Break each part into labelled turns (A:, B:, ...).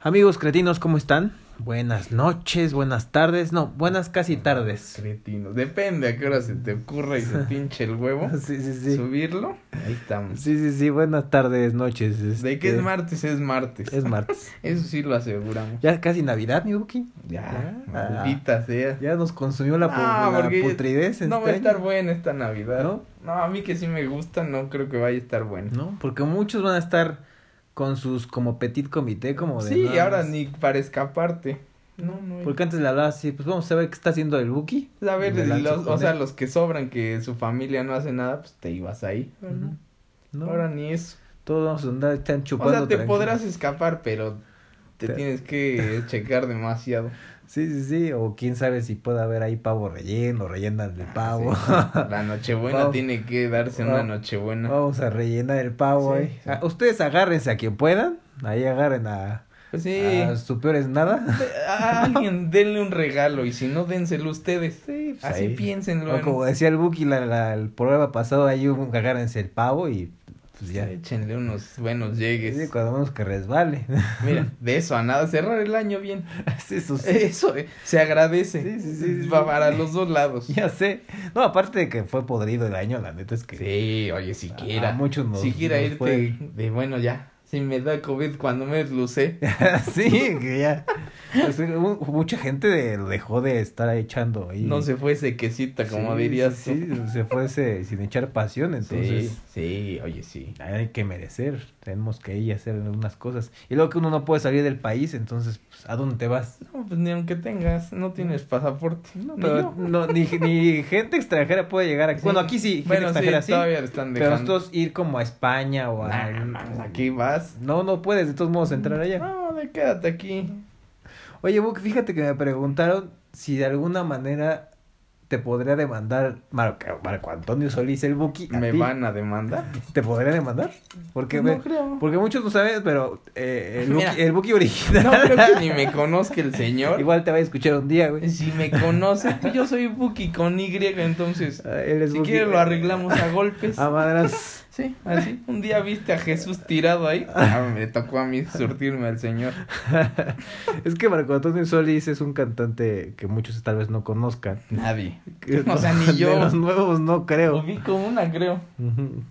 A: Amigos cretinos, ¿cómo están? Buenas noches, buenas tardes, no, buenas casi tardes.
B: Cretinos. Depende a qué hora se te ocurra y se pinche el huevo.
A: Sí, sí, sí.
B: Subirlo. Ahí estamos.
A: Sí, sí, sí, buenas tardes, noches.
B: De que
A: este,
B: es martes, es martes.
A: Es martes.
B: Eso sí lo aseguramos.
A: Ya casi Navidad, mi Buki.
B: Ya,
A: Ah.
B: maldita sea.
A: Ya nos consumió la, pu-
B: Ah,
A: la
B: porque
A: putridez. en
B: No va a
A: este
B: estar
A: año.
B: buena esta Navidad.
A: ¿No?
B: ¿No? a mí que sí me gusta, no creo que vaya a estar buena.
A: ¿No? Porque muchos van a estar con sus como petit comité, como de.
B: Sí,
A: nada
B: ahora
A: más.
B: ni para escaparte. No, no. hay-
A: Porque antes le hablaba así, pues vamos a ver qué está haciendo el Buki.
B: A ver,
A: Me lanzo
B: los,
A: con
B: o sea,
A: él.
B: los que sobran que su familia no hace nada, pues te ibas ahí.
A: Ujú. ¿No?
B: Ahora ni eso.
A: Todos vamos a andar, están
B: O
A: chupando.
B: sea, te
A: tranquilos.
B: podrás escapar, pero te
A: Te-
B: tienes que checar demasiado.
A: Sí, sí, sí. O quién sabe si puede haber ahí pavo relleno, rellenas de pavo.
B: Ah, Sí. La nochebuena
A: Pavo.
B: tiene que darse una
A: Pavo.
B: nochebuena.
A: Vamos a rellenar el pavo
B: Sí,
A: ahí.
B: sí.
A: Ah, Ustedes agárrense a quien puedan. Ahí agarren a,
B: Pues sí.
A: a su peor es nada.
B: A alguien denle un regalo y si no, dénselo ustedes.
A: pues
B: Así
A: ahí.
B: piénsenlo.
A: O
B: en-
A: como decía el Buki la, la- el programa pasado, ahí hubo un agárrense el pavo y pues ya.
B: Échenle unos buenos
A: Sí,
B: llegues.
A: cuando menos que resbale.
B: Mira, de eso a nada, cerrar el año bien.
A: Sí, eso Pues sí.
B: Eso eh, se agradece.
A: Sí, sí, sí, sí,
B: Va
A: sí.
B: para los dos lados.
A: Ya sé. No, aparte de que fue podrido el año, la neta es que.
B: Sí, oye, siquiera.
A: A muchos nos-
B: siquiera
A: nos
B: irte
A: fue.
B: de bueno ya. Si me da COVID cuando me deslucé.
A: sí, que ya. Pues, hubo- mucha gente de- dejó de estar echando ahí.
B: No se fue sequecita, como
A: Sí,
B: dirías.
A: sí,
B: tú.
A: sí, se fue ese- sin echar pasión, entonces.
B: sí, sí, oye, sí.
A: Hay que merecer, tenemos que ir a hacer algunas cosas. Y luego que uno no puede salir del país, entonces, pues, ¿a dónde te vas?
B: No, pues ni aunque tengas, no tienes pasaporte. No,
A: Pero no, ni, ni gente extranjera puede llegar aquí. Bueno, aquí sí, gente
B: bueno, sí,
A: extranjera sí.
B: todavía lo están
A: Pero
B: dejando.
A: estos ir como a España o a.
B: Nah, mames, aquí vas.
A: No, no puedes de todos modos entrar allá.
B: No, de quédate aquí.
A: Oye, Buck, fíjate que me preguntaron si de alguna manera te podría demandar Marco, Marco Antonio Solís, el Buki. a
B: Me
A: ti.
B: van a demandar.
A: ¿Te podría demandar? Porque,
B: no
A: me-
B: creo.
A: porque muchos no saben, pero eh, el,
B: Mira.
A: Buki, el Buki original.
B: No creo que ni me conozca el señor.
A: Igual te va a escuchar un día, güey.
B: Si me conoce, pues yo soy Buki con Y, entonces.
A: Ah, él es
B: Si
A: Buki. Ah.
B: quieres lo arreglamos a golpes.
A: A madras.
B: Sí, así. Un día viste a Jesús tirado ahí. Ah, me tocó a mí surtirme al señor.
A: es que Marco Antonio Solís es un cantante que muchos tal vez no conozcan.
B: Nadie.
A: Que
B: O sea, ni
A: de
B: yo.
A: los nuevos no
B: Lo
A: creo.
B: vi como una, creo.
A: Ujú.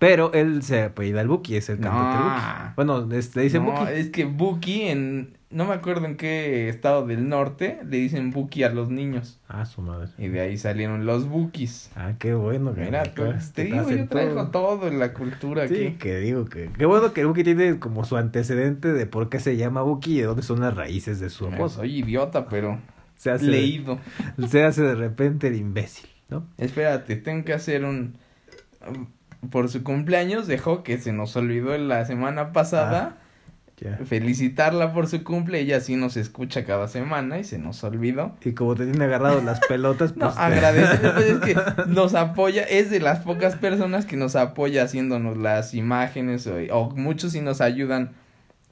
A: Pero él se apellida el Buki, es el
B: No.
A: cantante del Buki. Bueno, es- le dicen
B: Ah. no,
A: Buki.
B: es que Buki en no me acuerdo en qué estado del norte le dicen Buki a los niños
A: Ah, su madre.
B: y de ahí salieron los Bukis.
A: Ah, qué bueno. que-
B: Mira, tú-
A: que
B: te digo,
A: hacen
B: yo traigo
A: todo.
B: todo en la cultura
A: Sí,
B: aquí.
A: que digo que qué bueno que el Buki tiene como su antecedente de por qué se llama Buki y de dónde son las raíces de su
B: Mira,
A: voz.
B: soy idiota, pero
A: Se hace, de,
B: leído.
A: se hace de repente el imbécil, ¿no?
B: Espérate, tengo que hacer un por su cumpleaños dejó que se nos olvidó la semana pasada
A: Ah. Ya.
B: felicitarla por su cumple, ella sí nos escucha cada semana y se nos olvidó.
A: Y como te tiene agarrado las pelotas,
B: No,
A: pues te-
B: agradecer pues, es que nos apoya, es de las pocas personas que nos apoya haciéndonos las imágenes o, o muchos sí nos ayudan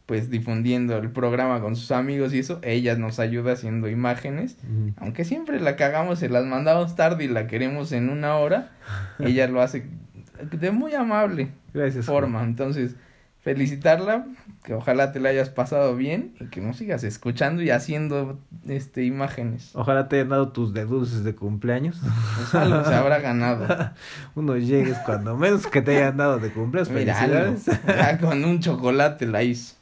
B: pues difundiendo el programa con sus amigos y eso, ella nos ayuda haciendo imágenes,
A: Mm.
B: aunque siempre la cagamos, se las mandamos tarde y la queremos en una hora, ella lo hace de muy amable
A: Gracias.
B: forma, entonces felicitarla, que ojalá te la hayas pasado bien y que nos sigas escuchando y haciendo este imágenes.
A: Juan. Ojalá te hayan dado tus de dulces de cumpleaños.
B: Pues algo se habrá ganado.
A: Unos llegues cuando menos que te hayan dado de cumpleaños.
B: Mira, algo.
A: Felicidades.
B: Ya con un chocolate la hizo.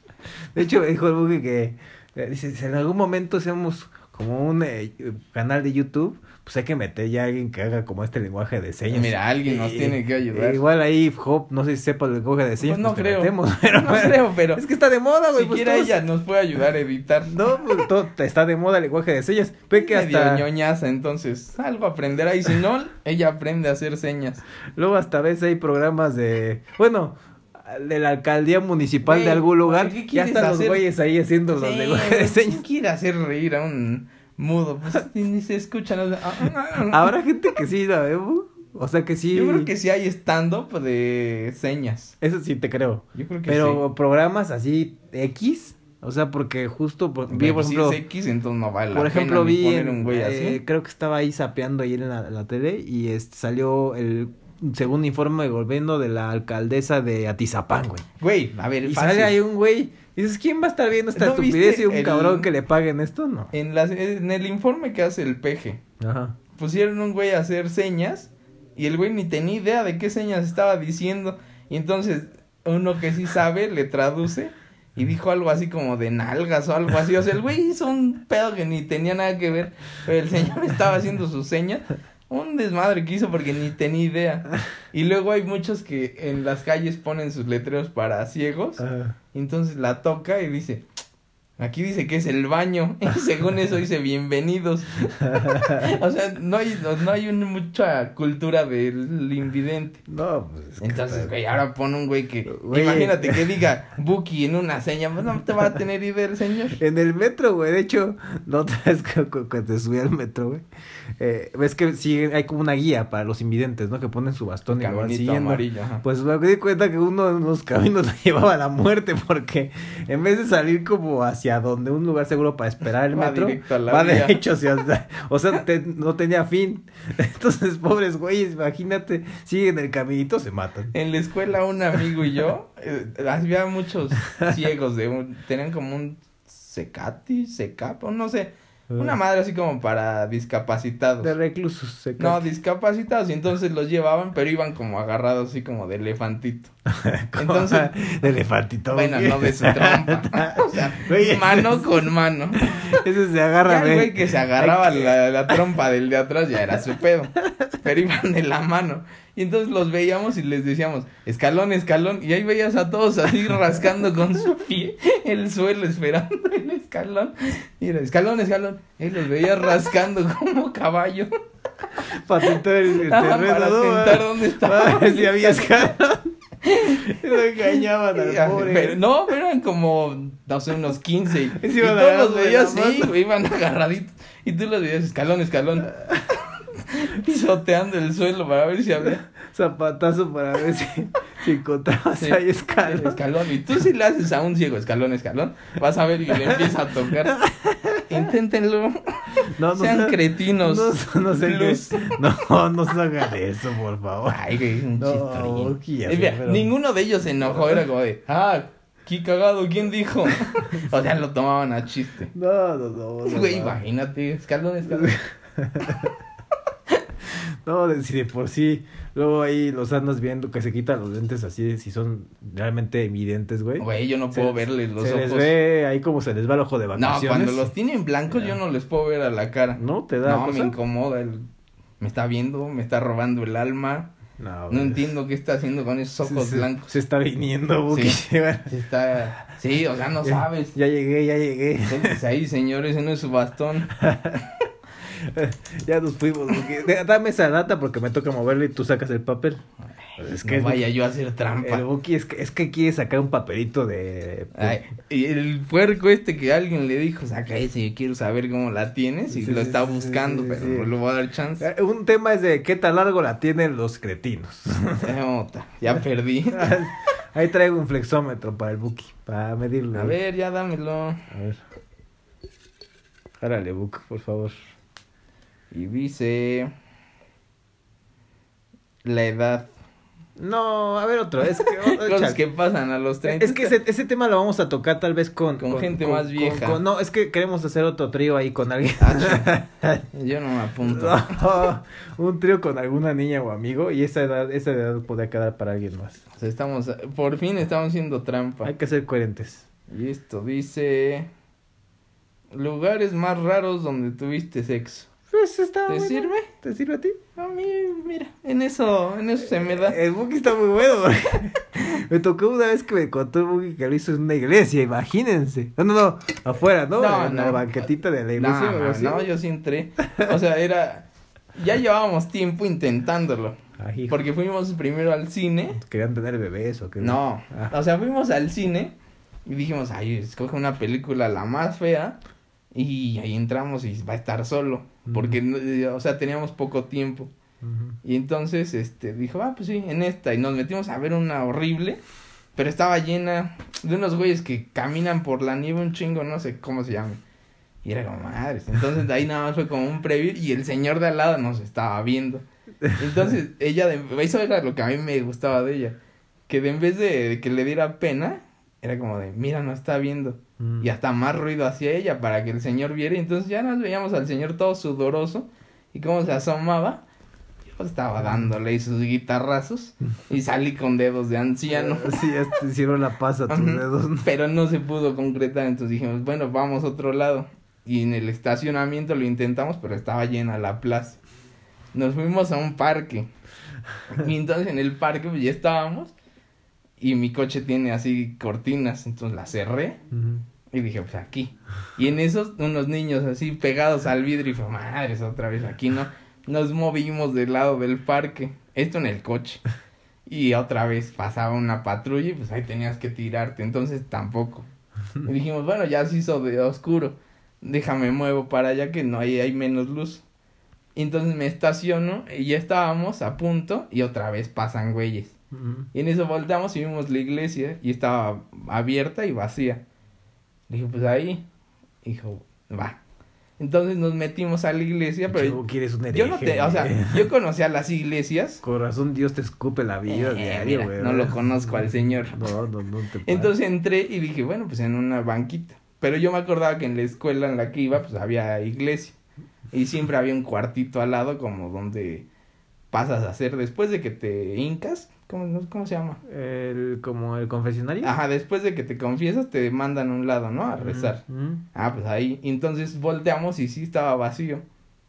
A: De hecho, me dijo el Buki que eh, dice, si en algún momento hacemos como un eh, canal de YouTube, pues hay que meter ya a alguien que haga como este lenguaje de señas.
B: Mira, alguien nos
A: Y-
B: tiene que ayudar.
A: Igual ahí Hop, no sé si sepa el lenguaje de señas,
B: Pues no
A: pues te
B: creo.
A: metemos, pero-
B: no creo, pero
A: Es que está de moda, güey. pues,
B: siquiera
A: todos-
B: ella nos puede ayudar a editar.
A: No, pues, todo está de moda el lenguaje de señas. Ve que
B: Medio
A: hasta
B: ñoñaza, entonces algo aprenderá. Y si no, ella aprende a hacer señas.
A: luego hasta ves hay programas de, bueno, de la alcaldía municipal de
B: Güey,
A: algún lugar,
B: ¿qué
A: ya
B: quieres
A: están los
B: hacer?
A: güeyes ahí haciendo los
B: Sí,
A: lenguajes de
B: güey,
A: señas.
B: ¿quién quiere hacer reír a un mudo? Pues ni ni se escucha. no sé. Ah, ah, ah, ah.
A: Habrá gente que sí la veo, o sea que sí.
B: Yo creo que sí hay stand-up de señas.
A: Eso sí te creo.
B: Yo creo que
A: Pero programas así X, o sea, porque justo por-
B: sí.
A: vi,
B: Pero
A: por
B: si
A: ejemplo,
B: es X, entonces no vale la
A: por
B: pena
A: ejemplo
B: ni
A: vi,
B: poner
A: en,
B: un güey
A: eh,
B: así.
A: creo que estaba ahí sapeando ayer en la, la tele y este, salió el segundo informe de gobierno de la alcaldesa de Atizapán, güey.
B: Güey, a ver,
A: Y
B: fácil.
A: sale ahí un güey Y dices, ¿quién va a estar viendo esta
B: ¿No
A: estupidez
B: viste
A: y un
B: el- Eh,
A: cabrón que le paguen esto? No.
B: En, las, en el informe que hace el peje,
A: Ajá.
B: pusieron un güey a hacer señas y el güey ni tenía idea de qué señas estaba diciendo. Y entonces uno que sí sabe le traduce y dijo algo así como de nalgas o algo así. O sea, el güey hizo un pedo que ni tenía nada que ver, pero el señor estaba haciendo sus señas. Un desmadre que hizo porque ni tenía idea. Y luego hay muchos que en las calles ponen sus letreros para ciegos.
A: Ajá.
B: Y Entonces la toca y dice, aquí dice que es el baño. Y según eso dice, bienvenidos. o sea, no hay, no, no hay un- mucha cultura del invidente.
A: No, pues. es que
B: Entonces,
A: está-
B: güey, ahora pone un güey que...
A: Güey.
B: Imagínate que diga Buki en una seña, pues no te va a tener idea el señor.
A: En el metro, güey. De hecho, no otra vez cu- cu- cuando subí al metro, güey. eh, ves que siguen, hay como una guía para los invidentes, ¿no? Que ponen su bastón y lo van
B: Caminito
A: siguiendo.
B: amarillo. ajá.
A: Pues me di cuenta que uno de los caminos le llevaba a la muerte porque en vez de salir como hacia donde un lugar seguro para esperar el
B: Va
A: metro,
B: directo a la
A: va
B: vía.
A: derecho hacia... O sea, te- no tenía fin. Entonces, pobres güeyes, imagínate, siguen el caminito, se matan.
B: En la escuela un amigo y yo, eh, había muchos ciegos de un, tenían como un secati, secapo, no sé,
A: Ah.
B: una madre así como para discapacitados.
A: De reclusos. se
B: No, discapacitados, y entonces los llevaban, pero iban como agarrados así como de elefantito. entonces-
A: de elefantito.
B: Bueno,
A: güey.
B: no de su trompa. O sea,
A: Güey.
B: mano con mano.
A: Ese se
B: Ya
A: agarra,
B: el güey
A: güey.
B: que se agarraba la, la trompa del de atrás ya era su pedo. Pero iban de la mano. Y entonces los veíamos y les decíamos, escalón, escalón. Y ahí veías a todos así rascando con su pie el suelo esperando el escalón. Y era, escalón, escalón. Y los veías rascando como caballo.
A: Para tentar el, el
B: Para
A: terreno. ¿no?
B: tentar dónde
A: Ah,
B: estaba.
A: si había escalón. Lo engañaban al
B: Ya,
A: pobre.
B: pero- no, pero eran como, no sé, unos 15. Y,
A: Sí, iban
B: todos
A: agarrando
B: los
A: de la
B: veías así,
A: mano.
B: güey, iban agarraditos. Y tú los veías escalón, escalón. pisoteando el suelo para ver si había
A: Zapatazo para ver si, si encontrabas
B: Sí.
A: ahí escalón.
B: escalón. Y tú si le haces a un ciego escalón, escalón, vas a ver y le empieza a tocar. Inténtenlo.
A: No,
B: Sean
A: sea-
B: cretinos.
A: No, no sé qué-
B: Plus.
A: No, no se hagan eso, por favor.
B: Ay, güey, un
A: No,
B: chistorín.
A: Buki, ya
B: Eh,
A: sé,
B: mira,
A: pero-
B: Ninguno de ellos se enojó, era como de, ah, qué cagado, ¿quién dijo? o sea, lo tomaban a chiste.
A: No, no, no. No,
B: Güey,
A: no.
B: imagínate, escalón, escalón.
A: No, de- si de por sí, luego ahí los andas viendo que se quitan los lentes así, si son realmente evidentes, güey.
B: Güey, yo no
A: Se-
B: puedo verles los
A: se
B: ojos.
A: les ve ahí como se les va el ojo de
B: no,
A: vacaciones.
B: cuando los tienen blancos
A: Ya.
B: yo no les puedo ver a la cara.
A: No, te da
B: No, me
A: cosa?
B: incomoda el... Me está viendo, me está robando el alma.
A: No,
B: No
A: güey.
B: entiendo qué está haciendo con esos
A: Se-
B: ojos
A: se-
B: blancos.
A: Se está viniendo, Buki.
B: Sí. Se está... Sí, o sea, no
A: Ya-
B: sabes.
A: Ya llegué, ya llegué.
B: Entonces ahí, señores, ese no es su bastón.
A: Ya nos fuimos. Buki. De- Dame esa lata porque me toca moverle y tú sacas el papel. Es que
B: no vaya yo a hacer
A: El
B: trampa.
A: Buki es que, es que quiere sacar un papelito de.
B: Ay, y el puerco este que alguien le dijo, saca ese, yo quiero saber cómo la tienes. Y
A: Sí,
B: lo
A: sí,
B: está
A: sí, sí,
B: buscando,
A: sí,
B: pero
A: sí.
B: no le voy a dar chance.
A: Eh, Un tema es de qué tan largo la tienen los cretinos.
B: Eh, ota, Ya perdí.
A: Ahí traigo un flexómetro para el Buki, para medirlo.
B: A ver, ya dámelo.
A: A ver. Járale, Buki, por favor.
B: Y dice la edad.
A: No, a ver otro. Es que,
B: Cosas que pasan a los 30.
A: Ah, Es que ese, ese tema lo vamos a tocar tal vez con...
B: Con gente más vieja.
A: con- no, es que queremos hacer otro trío ahí con alguien.
B: Ah, sí. Yo no me apunto.
A: No, un trío con alguna niña o amigo y esa edad, esa edad podría quedar para alguien más.
B: O sea, estamos, por fin estamos haciendo trampa.
A: Hay que ser coherentes.
B: Y esto dice lugares más raros donde tuviste sexo.
A: Pues está
B: ¿Te
A: bueno.
B: sirve?
A: ¿Te sirve a ti?
B: A mí, mira, en eso, en eso se me da.
A: El Buki está muy bueno. porque me tocó una vez que me contó el Buki que lo hizo en una iglesia, imagínense. No, no, no, afuera, ¿no?
B: No,
A: en la
B: no.
A: banquetita de la iglesia. o
B: No,
A: algo
B: no,
A: así.
B: no, yo sí entré. O sea, era ya llevábamos tiempo intentándolo,
A: Ay, hijo,
B: porque fuimos primero al cine.
A: ¿Querían tener bebés o qué?
B: No,
A: Ah.
B: o sea, fuimos al cine y dijimos, ay, escoge una película la más fea y ahí entramos y va a estar solo, porque, no- eh, o sea, teníamos poco tiempo.
A: Ujú.
B: Y entonces, este, dijo, ah, pues sí, en esta, y nos metimos a ver una horrible, pero estaba llena de unos güeyes que caminan por la nieve un chingo, no sé cómo se llama. Y era como, madres, entonces de ahí nada más fue como un preview y el señor de al lado nos estaba viendo. Entonces, ella, de, eso era lo que a mí me gustaba de ella. Que de en vez de, de que le diera pena, Era como de, mira, no está viendo.
A: Mm.
B: Y hasta más ruido hacia ella para que el señor viera. Y entonces ya nos veíamos al señor todo sudoroso. Y cómo se asomaba. Yo estaba dándole y sus guitarrazos. Y salí con dedos de anciano.
A: Eh, Sí, ya te hicieron la paz a tus
B: Ujú.
A: dedos. ¿no?
B: Pero no se pudo concretar, entonces dijimos, bueno, vamos a otro lado. Y en el estacionamiento lo intentamos, pero estaba llena la plaza. Nos fuimos a un parque. Y entonces en el parque pues, ya estábamos. Y mi coche tiene así cortinas, entonces la cerré.
A: Ujú.
B: Y dije, pues aquí. Y en esos, unos niños así pegados al vidrio. Y fue, madres, otra vez aquí, ¿no? Nos movimos del lado del parque. Esto en el coche. Y otra vez pasaba una patrulla y pues ahí tenías que tirarte. Entonces tampoco. Y dijimos, bueno, ya se hizo de oscuro. Déjame muevo para allá que no hay, hay menos luz. Y entonces me estaciono y ya estábamos a punto. Y otra vez pasan güeyes.
A: Ujú.
B: Y en eso volteamos y vimos la iglesia y estaba abierta y vacía. Le dije, pues ahí. Dijo, va. Entonces nos metimos a la iglesia, pero
A: Chivo, que eres un
B: yo no
A: hereje,
B: te, o
A: güey.
B: sea, yo conocía las iglesias.
A: Corazón, Dios te escupe la vida diario,
B: Eh, mira,
A: güey.
B: no lo conozco al señor.
A: No, no, no te
B: Entonces entré y dije, bueno, pues en una banquita. Pero yo me acordaba que en la escuela en la que iba, pues había iglesia. Y siempre había un cuartito al lado como donde pasas a hacer después de que te hincas. ¿Cómo, cómo se llama?
A: pases. El, como el confesionario.
B: Ajá, después de que te confiesas, te mandan a un lado, ¿no? A
A: Mm,
B: rezar.
A: mm.
B: Ah, pues ahí. Y Entonces volteamos y sí estaba vacío.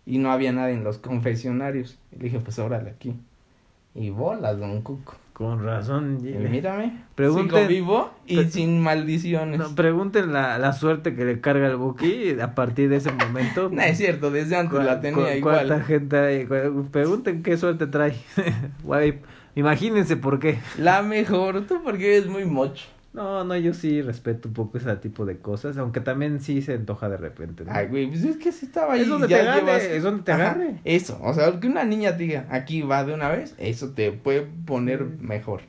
B: Y no había nadie en los confesionarios. Y le dije, pues órale aquí. Y bolas, don Cuco.
A: Con razón.
B: Y
A: dile.
B: mírame.
A: Pregunten-
B: Sigo vivo y
A: pre-
B: sin maldiciones.
A: No,
B: No,
A: pregunten la, la suerte que le carga el Buki a partir de ese momento.
B: es cierto, desde antes la
A: ¿Cu-
B: tenía
A: cu-
B: igual.
A: ¿Cuánta gente hay? Cu- Pregunten qué suerte trae. Güey, imagínense por qué.
B: La mejor, tú porque eres muy mocho.
A: No, no, yo sí respeto un poco ese tipo de cosas, aunque también sí se antoja de repente. ¿no?
B: Ay, güey, pues es que sí estaba ahí.
A: Es donde
B: ya
A: te agarre,
B: llevas-
A: es donde te
B: Ajá,
A: agarre.
B: Eso, o sea, que una niña te diga, aquí va de una vez, eso te puede poner mejor.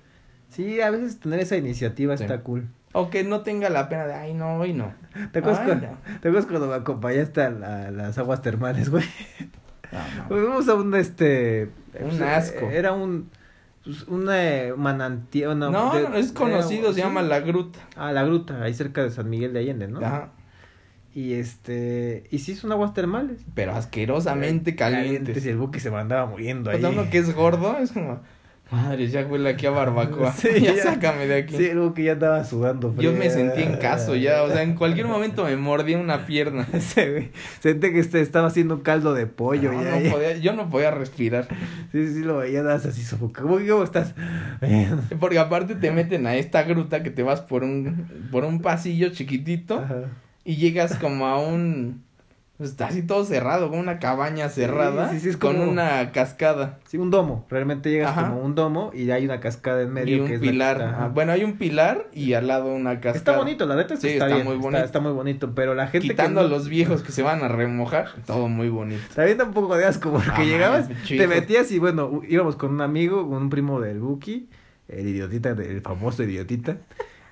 A: Sí, a veces tener esa iniciativa
B: Sí.
A: está cool.
B: O que no tenga la pena de, ay, no, hoy no.
A: ¿Te acuerdas,
B: Ay,
A: cuan-
B: no.
A: ¿te acuerdas cuando me acompañaste a, la- a las aguas termales, güey?
B: No, no.
A: Fuimos a un, este... pues,
B: asco.
A: Era un... pues, una eh, manantial... No,
B: No,
A: de-
B: no, es
A: era-
B: conocido, se
A: sí.
B: llama La Gruta.
A: Ah, la gruta, ahí cerca de San Miguel de Allende, ¿no?
B: Ajá,
A: Y este... Y sí son aguas termales.
B: pero asquerosamente caliente.
A: Y el buque se mandaba muriendo ahí.
B: uno que es gordo es como, madre, ya huele aquí a barbacoa.
A: Sí,
B: ya,
A: ya.
B: sácame de aquí.
A: Sí, el buque ya andaba sudando. frío.
B: Yo me sentí en caso ya, o sea, en cualquier momento me mordía una pierna.
A: Ese güey, Sentí que este- estaba haciendo un caldo de pollo.
B: No,
A: ya,
B: no
A: ya.
B: podía- yo no podía respirar.
A: Sí, sí, lo veía, nada más así sofocado. Uy, ¿Cómo estás?
B: Porque aparte te meten a esta gruta que te vas por un, por un pasillo chiquitito
A: Ajá.
B: y llegas como a un... pues, Está así todo cerrado, con una cabaña cerrada,
A: sí, sí, es
B: con
A: como-
B: una cascada.
A: Sí, un domo. Realmente llegas
B: Ajá.
A: como un domo y hay una cascada en medio.
B: y un
A: que es la que
B: pilar.
A: está-
B: Ah,
A: ajá.
B: bueno, hay un pilar y al lado una cascada.
A: Está bonito, la neta es que
B: Sí,
A: está,
B: está
A: bien,
B: muy
A: está-
B: bonito.
A: Está, muy bonito, pero la gente
B: Quitando
A: que
B: a
A: no-
B: los viejos que se van a remojar, todo muy bonito.
A: También da un poco de asco porque
B: Ah,
A: llegabas,
B: mames,
A: te
B: chico.
A: metías y bueno, u- íbamos con un amigo, con un primo del Buki, el idiotita, de- el famoso idiotita,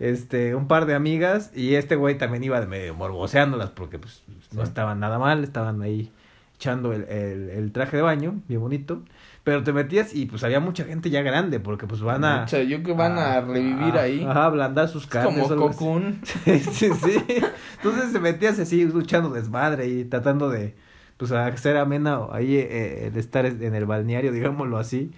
A: este, un par de amigas y este güey también iba de medio morboseándolas porque pues no
B: Sí.
A: estaban nada mal, estaban ahí echando el, el, el traje de baño, bien bonito, pero te metías y pues había mucha gente ya grande porque pues van a...
B: O sea, yo que van a, revivir
A: a-
B: ahí.
A: Ajá, ablandar sus
B: es
A: carnes.
B: como
A: o algo así.
B: Cocoon.
A: Sí, sí, sí. Entonces se metías así, luchando desmadre y tratando de, pues, hacer amena ahí eh, el estar en el balneario, digámoslo así.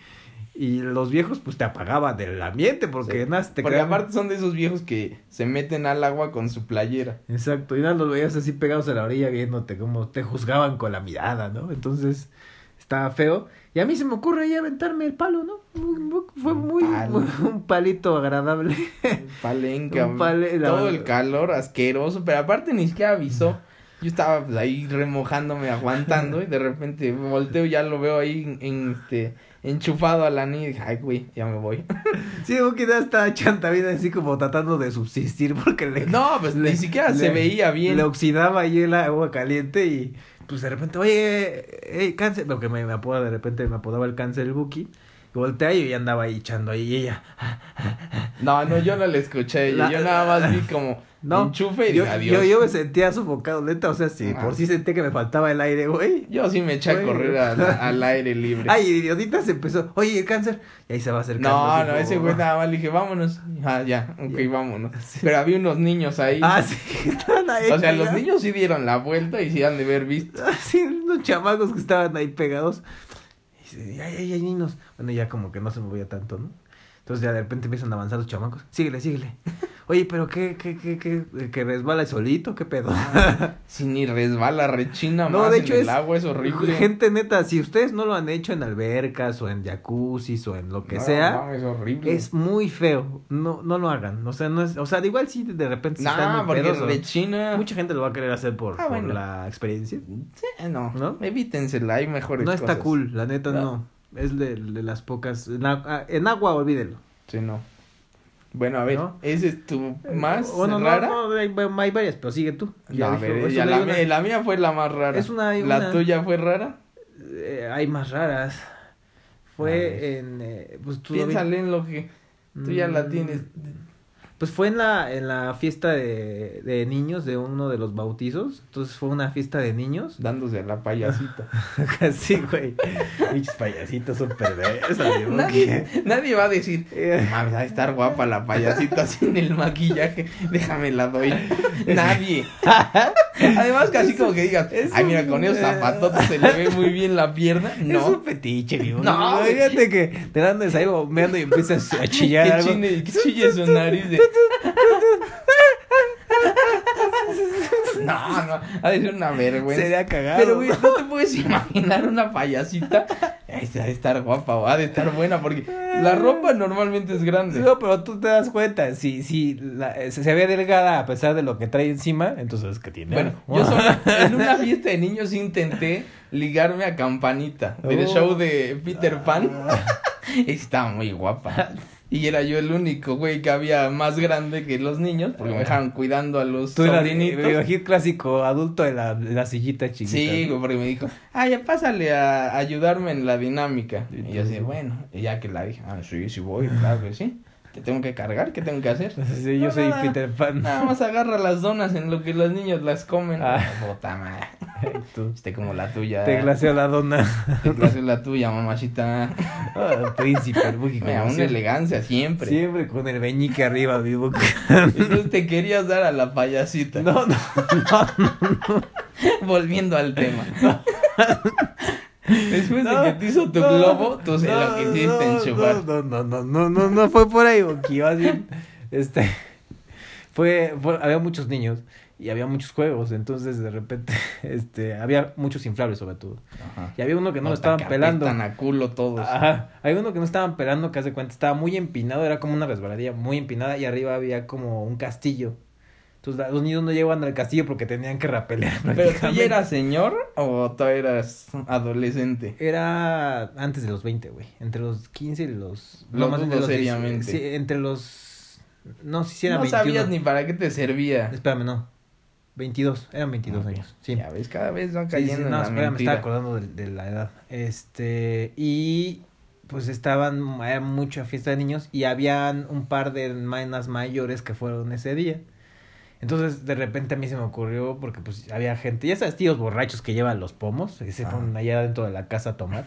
A: Y los viejos, pues, te apagaban del ambiente porque
B: Sí.
A: nada, se te
B: Porque
A: quedaban-
B: aparte son de esos viejos que se meten al agua con su playera.
A: Exacto, y nada, los veías así pegados a la orilla viéndote, como te juzgaban con la mirada, ¿no? Entonces, estaba feo. Y a mí se me ocurre ahí aventarme el palo, ¿no? Muy- muy- Fue
B: Un
A: muy,
B: palo.
A: un palito agradable.
B: Palenca.
A: Un pale- la-
B: Todo el calor asqueroso. Pero aparte ni siquiera avisó. Yo estaba pues, ahí remojándome, aguantando. Y de repente volteo y ya lo veo ahí en, en, este, enchufado a la niña. Y dije, ay, güey, ya me voy.
A: Sí, Buki ya está chanta vida así como tratando de subsistir porque le
B: No, pues
A: Le-
B: ni siquiera se
A: le-
B: veía bien.
A: Le oxidaba ahí el agua caliente y pues de repente, oye, eh, eh, cáncer, porque me, me apoda, de repente me apodaba el cáncer el Buki. Voltea y yo ya andaba ahí echando ahí y ella.
B: No, no, yo no la escuché.
A: La-
B: yo nada más vi como
A: No,
B: enchufe y
A: yo,
B: adiós.
A: yo,
B: Yo,
A: yo me sentía sofocado, neta. O sea, sí,
B: Ah.
A: por sí sentía que me faltaba el aire, güey.
B: sí me eché a
A: Güey.
B: correr al, al aire libre.
A: Ay, idiotita se empezó. Oye, el cáncer. Y ahí se va acercando.
B: no,
A: así
B: no,
A: como-
B: ese güey nada más le dije, vámonos. Ah, ya, ok,
A: Ya.
B: vámonos. Pero había unos niños ahí.
A: Ah, sí, estaban ahí.
B: o sea, los
A: pegados.
B: niños sí dieron la vuelta y sí han de haber visto.
A: Así, unos chamacos que estaban ahí pegados. Y dice, ay, ay, ay, niños. Bueno, ya como que no se movía tanto, ¿no? Entonces ya de repente empiezan a avanzar los chamacos. Síguele, síguele. Oye, pero qué, qué, qué, qué, que resbala solito, qué pedo.
B: Ah, Si ni resbala, rechina
A: No,
B: más
A: de
B: en
A: hecho
B: el
A: es-
B: agua, es horrible.
A: Gente neta, si ustedes no lo han hecho en albercas o en jacuzzis o en lo que
B: No,
A: sea,
B: no, es horrible.
A: es muy feo. No, no lo hagan. O sea, no es, o sea, igual sí de repente si
B: Nah,
A: están muy
B: porque
A: pedos, o-
B: rechina.
A: mucha gente lo va a querer hacer por,
B: Ah,
A: por
B: bueno.
A: la experiencia.
B: Sí, no,
A: ¿No?
B: evítensela, hay mejores
A: No está
B: cosas.
A: cool, la neta
B: No.
A: no. Es de, de las pocas. En, agu- ah, en agua, olvídelo.
B: Sí, no. Bueno, a ver,
A: ¿No? Eh,
B: ¿ese es tu más
A: Bueno, no,
B: rara?
A: no, hay, hay varias, pero sigue tú.
B: No,
A: Ya
B: a
A: dije,
B: ver,
A: eso
B: ya
A: leí
B: la,
A: una-
B: mía- la mía fue la más rara.
A: Es una- hay
B: ¿La
A: una-
B: tuya fue rara?
A: eh, hay más raras.
B: A
A: Fue
B: ver.
A: en. eh, pues tú. David.
B: Piénsale en lo que tú ya la
A: Mm,
B: tienes.
A: Pues fue en la, en la fiesta de, de niños de uno de los bautizos. Entonces fue una fiesta de niños.
B: Dándose la payasita.
A: Casi, güey. Pinches payasitos son perversos. digo,
B: nadie, nadie va a decir,
A: Eh,
B: mames, va a estar guapa la payasita sin el maquillaje. Déjame la doy. nadie. Además, casi como que digas,
A: es
B: ay,
A: un- eh.
B: mira, con esos zapatos se le ve muy bien la pierna.
A: Es un
B: No.
A: fetiche, digo.
B: No,
A: No, fíjate que te andas ahí bombeando y empiezas a chillar
B: que
A: algo.
B: chine- que chille su nariz de- No, no, ha de ser una vergüenza.
A: Sería cagado.
B: Pero, güey, no te puedes imaginar una payasita. Esa ha de estar guapa, o ha de estar buena, porque la
A: Eh.
B: ropa normalmente es grande.
A: No, pero tú te das cuenta, si, si la- eh, se, se ve delgada a pesar de lo que trae encima, entonces es que tiene.
B: Bueno,
A: algo.
B: yo solo en una fiesta de niños intenté ligarme a Campanita del
A: Oh.
B: show de Peter Pan. Estaba muy guapa. Y era yo el único, güey, que había más grande que los niños, porque me dejaron cuidando a los
A: Tú eras el
B: sobrinitos.
A: videojuego clásico adulto de la, de la sillita chiquita.
B: Sí,
A: ¿no?
B: güey, porque me dijo, ah, ya pásale a ayudarme en la dinámica. Y yo así, bueno, y ya que la dije, ah, sí, sí voy, claro que sí. ¿Te tengo que cargar? ¿Qué tengo que hacer?
A: Sí, yo
B: No,
A: soy
B: nada.
A: Peter Pan.
B: Nada más agarra las donas en lo que los niños las comen.
A: Ah.
B: Puta madre.
A: Tú
B: Este como la tuya.
A: Te glació la dona.
B: Te glaseó la tuya, mamachita.
A: Ah, príncipe, el Buki,
B: Mira,
A: como
B: una
A: siempre.
B: elegancia siempre.
A: Siempre con el meñique arriba, mi boca.
B: Entonces te querías dar a la payasita.
A: No, no,
B: Volviendo al tema. Después
A: No,
B: de que te hizo tu
A: no,
B: globo, tú se lo
A: no,
B: quisiste
A: no,
B: enchufar.
A: No, no, no, no, no, no fue por ahí, Boqui, más bien, este, fue, fue- había muchos niños y había muchos juegos, entonces de repente, este, había muchos inflables sobre todo,
B: Ajá.
A: y había uno que no, lo
B: Nota
A: estaban
B: que
A: pelando.
B: apestan a culo todos.
A: Ajá, hay uno que no estaban pelando, que hace cuenta, estaba muy empinado, era como una resbaladilla muy empinada y arriba había como un castillo. Entonces la- los niños no llegaban al castillo porque tenían que rapelear.
B: Pero tú ya
A: prácticamente.
B: eras señor o tú eras adolescente.
A: Era antes de los 20, güey. Entre los 15 y los...
B: Lo
A: más bien de
B: dudo
A: los 10.
B: seriamente.
A: Sí, entre los... No, si sí
B: no
A: eran 21.
B: sabías ni para qué te servía.
A: Espérame, no. 22. Eran 22
B: Ok.
A: años. Sí.
B: Ya ves, cada vez va
A: Sí, sí,
B: cayendo en
A: no,
B: la
A: espérame, me
B: mentira.
A: estaba acordando de, de la edad. Este, y pues estaban, había mucha fiesta de niños y habían un par de hermanas mayores que fueron ese día. Entonces, de repente a mí se me ocurrió, porque pues había gente, ya sabes, tíos borrachos que llevan los pomos, que se
B: Ajá.
A: ponen allá dentro de la casa a tomar.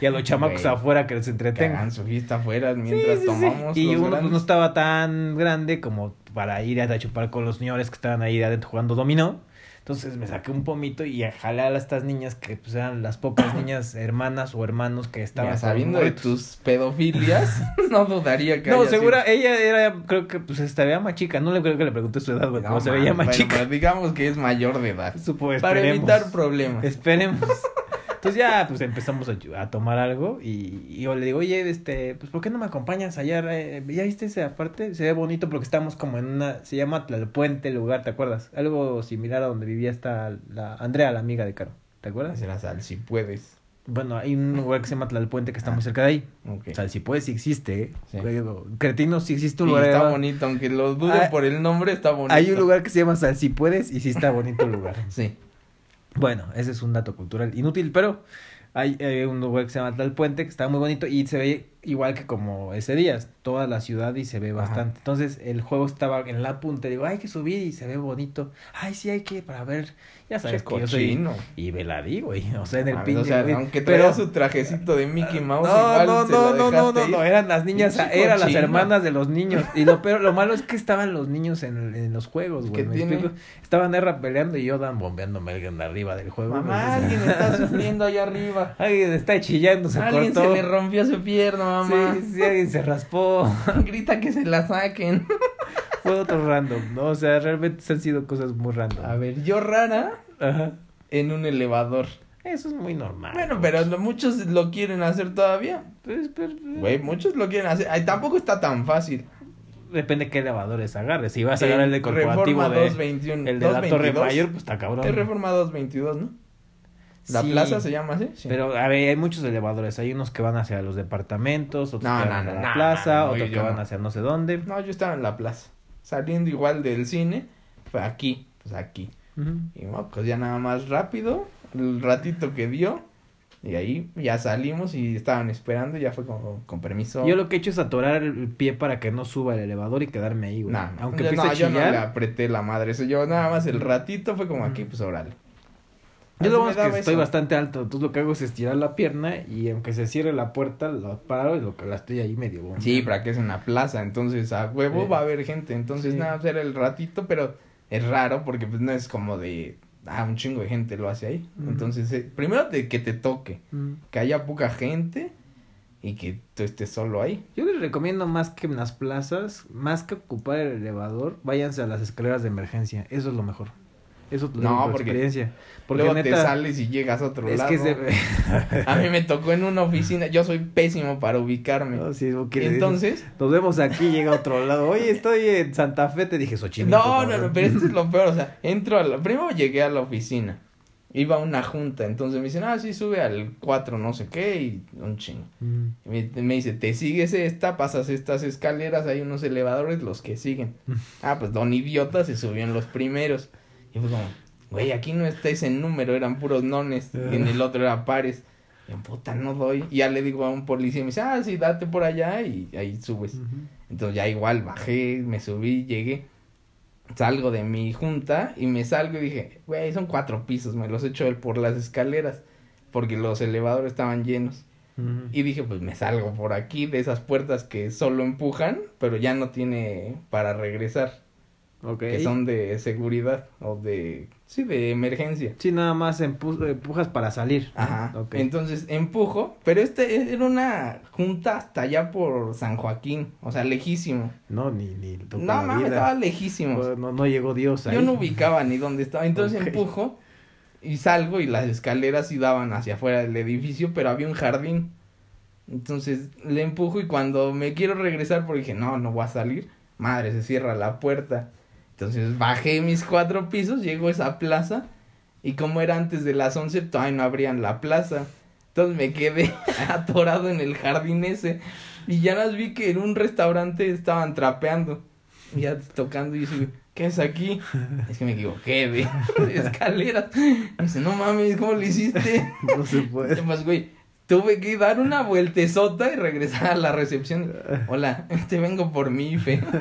A: Y a los chamacos
B: Ah. Güey.
A: afuera que les
B: Que
A: entretengan.
B: hagan su fiesta afuera
A: Sí,
B: mientras
A: sí, sí.
B: tomamos.
A: Y
B: los
A: uno pues, no
B: grandes.
A: estaba tan grande como para ir a chupar con los señores que estaban ahí adentro jugando dominó. Entonces me saqué un pomito y jalé a estas niñas que pues, eran las pocas niñas hermanas o hermanos que
B: Mira,
A: estaban. con los
B: sabiendo de
A: morritos.
B: tus pedofilias, no dudaría que
A: No,
B: haya
A: segura,
B: sido-
A: ella era, creo que pues estaría más chica. No le creo que le pregunté su edad, güey,
B: No,
A: pero se veía
B: mames,
A: más
B: bueno,
A: chica.
B: pero digamos que es mayor de edad.
A: Supo,
B: Para
A: esperemos.
B: evitar problemas.
A: Esperemos. Entonces ya, pues empezamos a, a tomar algo y, y yo le digo, oye, este, pues ¿por qué no me acompañas allá? eh? ¿Ya viste esa parte? Se ve bonito porque estamos como en una, se llama Tlalpuente el lugar, ¿te acuerdas? Algo similar a donde vivía esta, la Andrea, la amiga de Caro, ¿te acuerdas?
B: Será sal, si puedes.
A: Bueno, hay un lugar que se llama Tlalpuente que está
B: Ah.
A: muy cerca de ahí.
B: Ok.
A: O sea, si puedes, sí existe, ¿eh?
B: Sí.
A: Digo, Cretino, sí existe
B: Sí,
A: un lugar.
B: está
A: allá.
B: bonito, aunque lo dudo
A: Ah,
B: por el nombre, está bonito.
A: Hay un lugar que se llama Sal, si puedes, y sí está bonito el lugar.
B: Sí.
A: Bueno, ese es un dato cultural inútil, pero hay, eh, un lugar que se llama Tal Puente que está muy bonito y se ve igual que como ese día, toda la ciudad y se ve bastante. Entonces el juego estaba en la punta, digo, hay que subir y se ve bonito. Ay, sí, hay que ir para ver. Ya Ah, sabes
B: Che,
A: que yo soy
B: cochino.
A: y Veladí, güey. O sea, en el
B: Mames,
A: pinche.
B: Ah, o sea,
A: güey.
B: aunque traía
A: pero
B: su trajecito de Mickey Mouse,
A: no,
B: igual
A: no,
B: se
A: no,
B: la
A: no, no, no,
B: dejaste
A: no, eh.
B: ir.
A: eran las niñas,
B: Pinche
A: eran las
B: cochino.
A: hermanas de los niños. Y lo peor, lo malo es que estaban los niños en, en los juegos,
B: ¿Qué
A: güey. ¿me
B: tiene?
A: explico? Estaban Erra peleando y Yodan bombeándome alguien arriba del juego.
B: Mamá,
A: pues,
B: alguien está sufriendo allá arriba.
A: alguien está chillando, se
B: alguien
A: cortó.
B: se le rompió su pierna, mamá.
A: Sí, sí, alguien se raspó.
B: Grita que se la saquen.
A: Fue otro random, ¿no? O sea, realmente se han sido cosas muy random.
B: A ver, yo rara
A: Ajá.
B: en un elevador.
A: Eso es muy normal.
B: Bueno, pero lo- muchos lo quieren hacer todavía.
A: Pues, pero-
B: Güey, muchos lo quieren hacer. Ay, tampoco está tan fácil.
A: Depende qué elevadores agarres. Si vas a agarrar el de
B: En
A: corporativo
B: Reforma
A: de,
B: 221.
A: el de la Torre
B: 222.
A: Mayor, pues está cabrón.
B: Es Reforma 222, ¿no? La
A: Sí,
B: plaza se llama así. Sí.
A: Pero, a ver, hay muchos elevadores. Hay unos que van hacia los departamentos, otros
B: No,
A: que
B: no,
A: van
B: no,
A: a la
B: no,
A: plaza,
B: no, no,
A: otros
B: yo
A: que van
B: no.
A: hacia no sé dónde.
B: No, yo estaba en la plaza. Saliendo igual del cine. Fue aquí, pues aquí.
A: Ujú.
B: Y no, pues ya nada más rápido. El ratito que dio. Y ahí ya salimos y estaban esperando. Y ya fue con, con permiso.
A: Yo lo que he hecho es atorar el pie para que no suba el elevador y quedarme ahí, güey.
B: No, no,
A: Aunque
B: yo,
A: empiece
B: no,
A: a
B: yo no
A: chillar.
B: le apreté la madre. Eso yo nada más el ratito fue como
A: Ujú.
B: aquí, pues órale.
A: Yo
B: Así
A: lo
B: me
A: bueno es que
B: daba
A: estoy
B: eso.
A: bastante alto, entonces lo que hago es estirar la pierna y aunque se cierre la puerta, la paro y lo que la estoy ahí medio bomba.
B: Sí, para que es una plaza, entonces a huevo
A: Sí.
B: va a haber gente, entonces
A: Sí.
B: nada, pues, era el ratito, pero es raro porque pues no es como de, ah, un chingo de gente lo hace ahí,
A: Ujú.
B: entonces eh, primero de que te toque,
A: Mm.
B: que haya poca gente y que tú estés solo ahí.
A: Yo les recomiendo más que en las plazas, más que ocupar el elevador, váyanse a las escaleras de emergencia, eso es lo mejor. Eso te lo
B: No,
A: digo por
B: porque-
A: experiencia. Porque
B: Luego te
A: neta
B: sales y llegas a otro
A: es
B: lado.
A: que se
B: A mí me tocó en una oficina, yo soy pésimo para ubicarme.
A: No, sí, ok,
B: entonces,
A: nos vemos aquí, llega a otro lado. Oye, estoy en Santa Fe, te dije Xochimilco.
B: no, no,
A: cabrón.
B: no, pero esto es lo peor, o sea, entro a la, primero llegué a la oficina, iba a una junta, entonces me dicen, ah, sí, sube al 4 no sé qué y un chingo.
A: Mm,
B: Y Me, me dice, te sigues esta, pasas estas escaleras, hay unos elevadores, los que siguen. Ah, pues don idiota se subió en los primeros. Y fue como, güey, aquí no está ese número, eran puros nones, y en el otro era pares. Y yo, puta, no doy. Y ya le digo a un policía, y me dice, ah, sí, date por allá y ahí subes.
A: ujú.
B: Entonces ya igual bajé, me subí, llegué. Salgo de mi junta y me salgo y dije, güey, son cuatro pisos, me los echo por las escaleras, porque los elevadores estaban llenos.
A: Ujú.
B: Y dije, pues me salgo por aquí de esas puertas que solo empujan, pero ya no tiene para regresar,
A: Ok.
B: que son de seguridad o de, sí, de emergencia.
A: Sí, nada más empu- empujas para salir.
B: Ajá.
A: Mm, Ok.
B: Entonces empujo, pero este era una junta hasta allá por San Joaquín, o sea, lejísimo.
A: No, ni, ni toco la
B: No, mames,
A: vida.
B: estaba lejísimo.
A: No, no llegó Dios ahí.
B: Yo no ubicaba ni dónde estaba. Entonces
A: Ok.
B: empujo y salgo y las escaleras sí daban hacia afuera del edificio, pero había un jardín. Entonces le empujo y cuando me quiero regresar porque dije, no, no voy a salir, madre, se cierra la puerta. Entonces bajé mis cuatro pisos, llego a esa plaza y como era antes de las 11, todavía no abrían la plaza. Entonces me quedé atorado en el jardín ese y ya las vi que en un restaurante estaban trapeando. Y ya tocando y yo así, ¿qué es aquí? Es que me equivoqué de, de escaleras. Me dice, no mames, ¿cómo lo hiciste?
A: No se puede.
B: Pues, güey, tuve que dar una vueltezota y regresar a la recepción. Hola, te vengo por mi fe.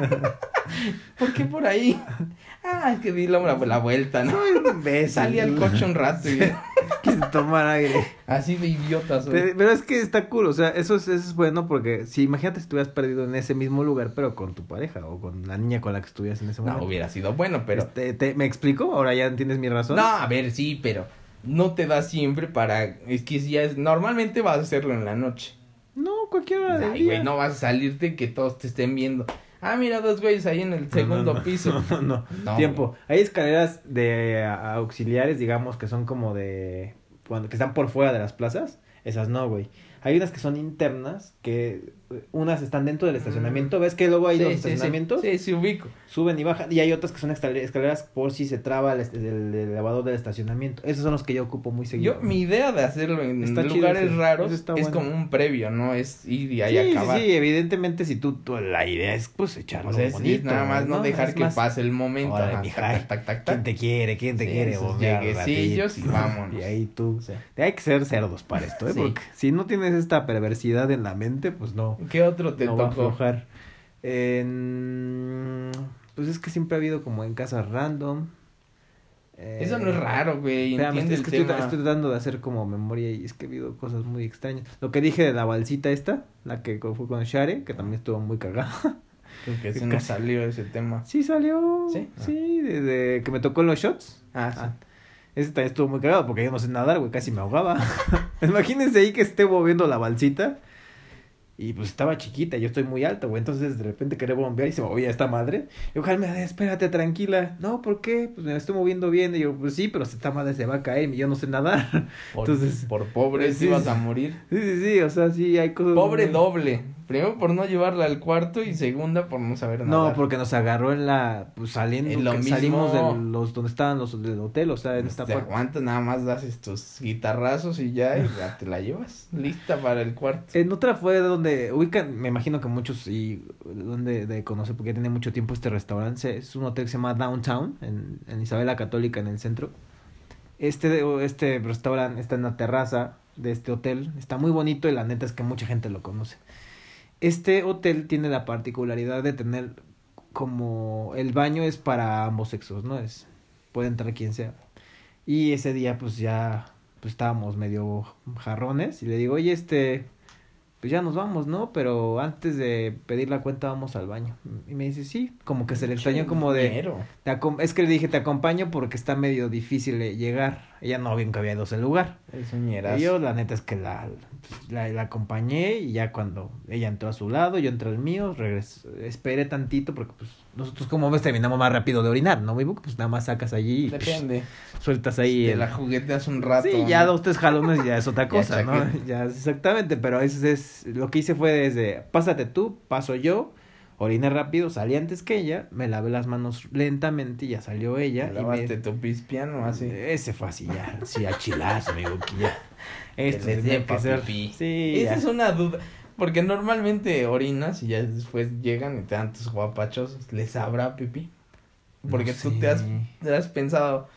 B: ¿Por qué por ahí? Ah, es que di la, la vuelta, ¿no? Salí al coche un rato y
A: Quise tomar aire.
B: así de idiota soy.
A: Pero, pero es que está cool, o sea, eso es, eso es bueno porque si imagínate si estuvieras perdido en ese mismo lugar, pero con tu pareja o con la niña con la que estuvieras en ese
B: No,
A: momento.
B: hubiera sido bueno, pero...
A: Este, te- ¿Me explico? Ahora ya entiendes mi razón.
B: No, a ver, sí, pero no te da siempre para... Es que si ya es... Normalmente vas a hacerlo en la noche.
A: No, cualquier hora del
B: Ay,
A: día.
B: güey, no vas a salirte que todos te estén viendo. Ah, mira, dos güeyes ahí en el
A: No, no,
B: segundo
A: no,
B: piso.
A: No, no,
B: No,
A: Tiempo. Hay escaleras de a- auxiliares, digamos, que son como de. Cuando, que están por fuera de las plazas. Esas no, güey. Hay unas que son internas que unas están dentro del estacionamiento. ¿Ves que luego hay
B: Mm. Sí,
A: los
B: sí, sí.
A: estacionamientos?
B: Sí, sí, ubico.
A: Suben y bajan. Y hay otras que son escal- escaleras por si se traba el, est- el- el elevador del estacionamiento. Esos son los que yo ocupo muy seguido.
B: Yo, mi idea de hacerlo en
A: Está chido
B: lugares
A: ese.
B: raros
A: Ese está
B: es
A: bueno.
B: como un previo, ¿no? Es ir y ahí
A: sí,
B: acabar.
A: sí, sí, evidentemente si tú, tú- la idea es pues echarlo
B: O sea, es ir
A: bonito,
B: nada más no, dejar
A: Es
B: que
A: más,
B: pase el momento.
A: Órale,
B: ajá,
A: mija,
B: tac, tac, tac,
A: ¿Quién
B: tac.
A: te quiere? ¿Quién te
B: Sí,
A: quiere?
B: esos
A: Bombear
B: lleguecillos y
A: ratito.
B: vámonos.
A: Y ahí tú.
B: Sí.
A: Hay que ser cerdos para esto, ¿eh?
B: Sí.
A: Porque si no tienes esta perversidad en la mente, pues no.
B: ¿Qué otro te
A: no va a
B: tocó?
A: aflojar. En- Pues es que siempre ha habido como en casas random. Eh,
B: Eso no es raro, güey.
A: espérame,
B: Entiende
A: es
B: el
A: que estoy,
B: tema.
A: estoy tratando de hacer como memoria y es que ha habido cosas muy extrañas. Lo que dije de la balsita esta, la que co- fue con Share, que también estuvo muy cagada.
B: Creo que se
A: casi-
B: nos salió ese tema.
A: Sí salió.
B: ¿Sí?
A: Sí, desde que me tocó en los shots.
B: Ah, sí.
A: Ah, Ese también estuvo muy cagado porque yo no sé nadar, güey, casi me ahogaba. Imagínense ahí que esté moviendo la balsita. Y pues estaba chiquita, yo estoy muy alto, güey. Entonces de repente quería bombear y se movía esta madre. Y ojalá me decía, espérate, tranquila. No, ¿por qué? Pues me estoy moviendo bien. Y yo, pues sí, pero esta madre se va a caer y yo no sé nadar.
B: Por,
A: entonces- pues
B: por pobre
A: Sí,
B: te ibas
A: sí.
B: a morir.
A: Sí, sí, sí, o sea, sí, hay cosas.
B: Pobre
A: muy-
B: doble. Primero por no llevarla al cuarto y segunda por no saber nada.
A: No, porque nos agarró en la. Pues saliendo,
B: En lo
A: que salimos
B: mismo. Este,
A: de los. donde estaban los del hotel, o sea, en esta
B: Pues te
A: parte.
B: aguantas, nada más das tus guitarrazos y ya, y ya te la llevas. Lista para el cuarto.
A: En otra fue donde ubican, me imagino que muchos y donde de conocer porque ya tiene mucho tiempo este restaurante, es un hotel que se llama Downtown en, en Isabela Católica en el centro. Este o este restaurante está en la terraza de este hotel, está muy bonito y la neta es que mucha gente lo conoce. Este hotel tiene la particularidad de tener como el baño es para ambos sexos, no es puede entrar quien sea. Y ese día pues ya pues estábamos medio jarrones y le digo, "Oye, este pues ya nos vamos, ¿no? Pero antes de pedir la cuenta vamos al baño. Y me dice, sí, como que se le extrañó como de...
B: Dinero.
A: "Te acom- es que le dije, te acompaño porque está medio difícil eh, llegar. Ella no bien que había dos el lugar.
B: Es
A: Y yo la neta es que la, pues, la, la acompañé y ya cuando ella entró a su lado, yo entré al mío, regresé, esperé tantito porque pues nosotros como ves terminamos más rápido de orinar, ¿no? Vivo? Pues nada más sacas allí y psh,
B: Depende.
A: sueltas ahí.
B: te
A: el-
B: la jugueteas un rato.
A: Sí, ya
B: ¿no?
A: dos, tres jalones ya es otra cosa, ¿no?
B: chaqueta.
A: Ya, exactamente, pero a veces es, lo que hice fue desde, pásate tú, paso yo, oriné rápido, salí antes que ella, me lavé las manos lentamente y ya salió ella.
B: Te
A: y me-
B: lavaste tu pispiano así.
A: Ese fue así ya, sí, a chilazo, amigo, que ya. Esto
B: les
A: tenía
B: dé
A: que
B: pa'
A: ser.
B: pipí.
A: Sí,
B: Esa
A: ya.
B: es una duda. Porque normalmente orinas y ya después llegan y te dan tus guapachos. ¿Les habrá pipí? Porque
A: No
B: tú
A: sé.
B: te has, te has pensado,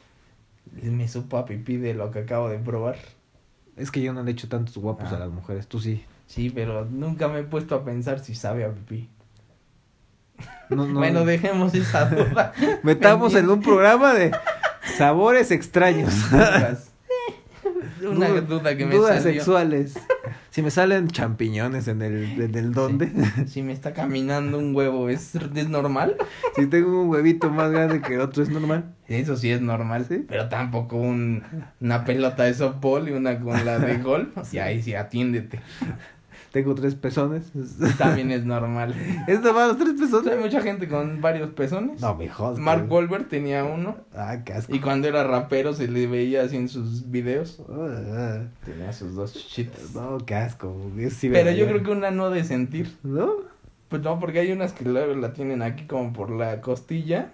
B: me supo a pipí de lo que acabo de probar.
A: Es que yo no le echo tantos guapos
B: Ah.
A: a las mujeres, tú sí.
B: Sí, pero nunca me he puesto a pensar si sabe a pipí.
A: No, no-
B: Bueno, dejemos esa duda.
A: Metamos en un programa de sabores extraños.
B: Una
A: Duda-
B: duda que me
A: Dudas
B: salió.
A: sexuales. Si me salen champiñones en el, en el donde,
B: Si me está caminando un huevo, ¿es, es normal?
A: si tengo un huevito más grande que otro, es normal.
B: Eso sí es normal,
A: Sí.
B: pero tampoco un, una pelota de softball y una con la de golf. Y ahí sí, atiéndete.
A: Tengo tres pezones.
B: También es normal.
A: ¿Es normal los tres
B: Hay
A: pezones?
B: mucha gente con varios pezones.
A: No, pues, me jodas.
B: Mark Wahlberg tenía uno.
A: Ah, qué asco.
B: Y cuando era rapero se le veía así en sus videos.
A: Ah,
B: Tenía sus dos chichitas.
A: No, qué asco.
B: Pero yo creo que una no de sentir.
A: ¿No?
B: Pues no, porque hay unas que luego la tienen aquí como por la costilla.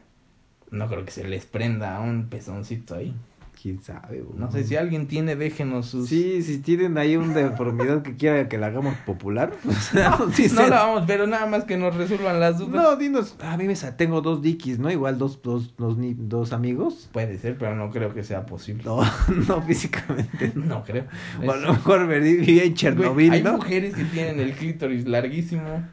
B: No creo que se les prenda un pezoncito ahí.
A: ¿Quién sabe? güey?
B: No sé si alguien tiene, déjenos sus.
A: Sí, si tienen ahí una deformidad que quiera que la hagamos popular, pues no,
B: No la vamos, pero nada más que nos resuelvan las dudas.
A: no, dinos. A mí me sa- tengo dos dikis, ¿no? Igual dos, dos, dos, ni- dos amigos.
B: Puede ser, pero no creo que sea posible.
A: No, no físicamente.
B: No creo. Es-
A: O a lo mejor me di- vivía en
B: Pues Güey,
A: Chernobyl,
B: Hay
A: ¿no?
B: mujeres que tienen el clítoris larguísimo.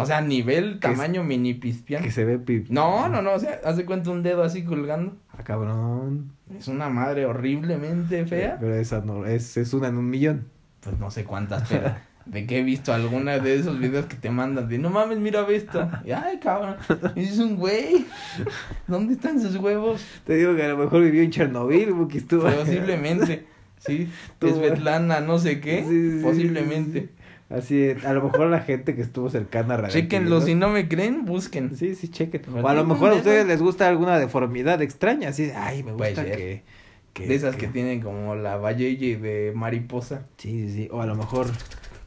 B: O sea, nivel,
A: Que es-
B: tamaño, mini pispián.
A: Que se ve pipi.
B: No, no, no. O sea, hace cuenta un dedo así colgando.
A: Ah, cabrón.
B: Es una madre horriblemente fea.
A: Pero esa no, es, es una en un millón.
B: Pues no sé cuántas, pero de que he visto alguna de esos videos que te mandan de no mames, mira ve esto. Y, ay, cabrón. Es un güey. ¿Dónde están sus huevos?
A: Te digo que a lo mejor vivió en Chernobyl, porque estuvo.
B: Posiblemente. Sí.
A: Tú,
B: Svetlana, no sé qué.
A: Sí, sí, sí,
B: Posiblemente.
A: Así es, a lo mejor la gente que estuvo cercana a radioactividad.
B: Chequenlo, si no me creen, busquen.
A: Sí, sí, chequen.
B: Pero
A: O a lo
B: tiene
A: mejor a
B: un dedo.
A: ustedes les gusta alguna deformidad extraña, así, de, ay, me
B: Puede
A: gusta
B: ser.
A: que, que-
B: de esas que... tienen como la valleye de mariposa.
A: Sí, sí, sí, o a lo mejor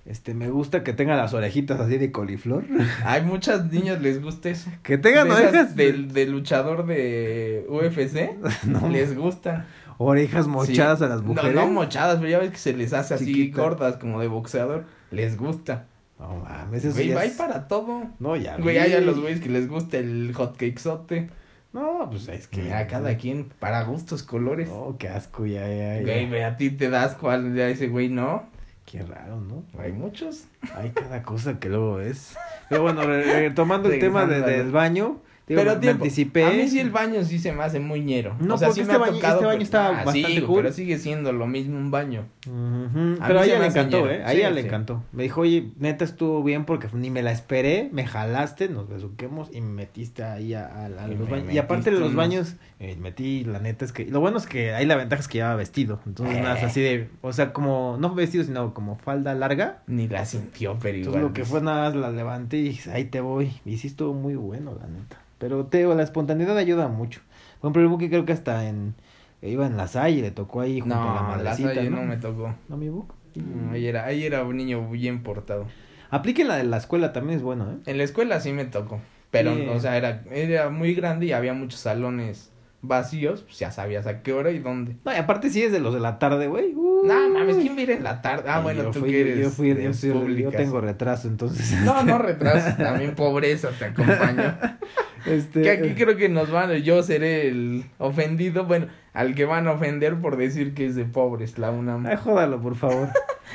A: Este, me gusta que tenga las orejitas así de coliflor.
B: Hay muchas niñas les gusta eso.
A: Que tengan
B: de esas
A: orejas
B: del, del luchador de UFC,
A: No.
B: les gustan.
A: orejas mochadas
B: Sí.
A: a las
B: No,
A: mujeres.
B: No, mochadas, pero ya ves que se les hace así
A: Chiquita.
B: gordas como de boxeador. Les gusta.
A: No mames, eso
B: Güey,
A: ya
B: hay
A: es-
B: para todo.
A: No, ya.
B: Güey,
A: vi.
B: hay a los güeyes que les gusta el hotcakesote.
A: No, pues es que
B: Que a cada quien, para gustos, colores.
A: No, qué asco, ya, ya, Oh, ya.
B: Güey, güey, a ti te das cuál, ya ese güey no.
A: Qué raro, ¿no?
B: Hay muchos.
A: Hay cada cosa que luego es. Pero bueno, re- retomando el tema de-
B: Regresando al-
A: del baño, digo, me- me
B: tiempo,
A: anticipé.
B: A mí sí el baño sí se me hace muy ñero.
A: No,
B: o sea,
A: porque
B: sí me
A: este
B: ha
A: baño-
B: tocado,
A: este baño
B: pero-
A: estaba
B: Ah,
A: bastante
B: sí, güey,
A: cool.
B: Pero sigue siendo lo mismo un baño.
A: Ujú,
B: A
A: Pero
B: mí
A: a
B: se
A: ella
B: me
A: le
B: hace
A: encantó,
B: ñero.
A: ¿eh? A
B: Sí,
A: ella le
B: sí.
A: encantó. Me dijo, oye, neta estuvo bien porque ni me la esperé, me jalaste, nos besuquemos y me metiste ahí a, a la- a
B: Y
A: los
B: me
A: baños. Y aparte de los
B: metiste
A: baños, eh, metí, la neta es que. Lo bueno es que ahí la ventaja es que llevaba vestido. Entonces, nada,
B: Eh.
A: es así de. O sea, como. No vestido, sino como falda larga.
B: Ni la sintió, pero
A: Entonces,
B: igual.
A: lo que fue nada más la levanté y dije, ahí te voy. Y sí estuvo muy bueno, la neta. Pero te digo, la espontaneidad ayuda mucho. Por ejemplo, el buque creo que hasta en. eh, Iba en la salle, le tocó ahí junto a la
B: No, la
A: madrecita,
B: salle
A: ¿no? Mm.
B: no me tocó.
A: ¿No, mi buque?
B: No, Ahí era, ahí era un niño bien portado.
A: Apliquen la de la escuela, también es bueno, ¿eh?
B: En la escuela sí me tocó. Pero,
A: Sí.
B: o sea, era, era muy grande y había muchos salones vacíos. Pues ya sabías a qué hora y dónde.
A: No, y aparte sí es de los de la tarde, güey.
B: No,
A: Uy.
B: mames, ¿quién viene en la tarde? Ah,
A: Y
B: bueno,
A: yo
B: tú
A: fui-
B: que eres
A: Yo fui,
B: de
A: yo, soy- yo
B: públicas.
A: tengo retraso, entonces.
B: No, no retraso, también pobreza te acompaña.
A: Este,
B: que aquí creo que nos van, yo seré el ofendido, bueno, al que van a ofender por decir que es de pobres, la
A: Ay,
B: una...
A: jódalo, por favor.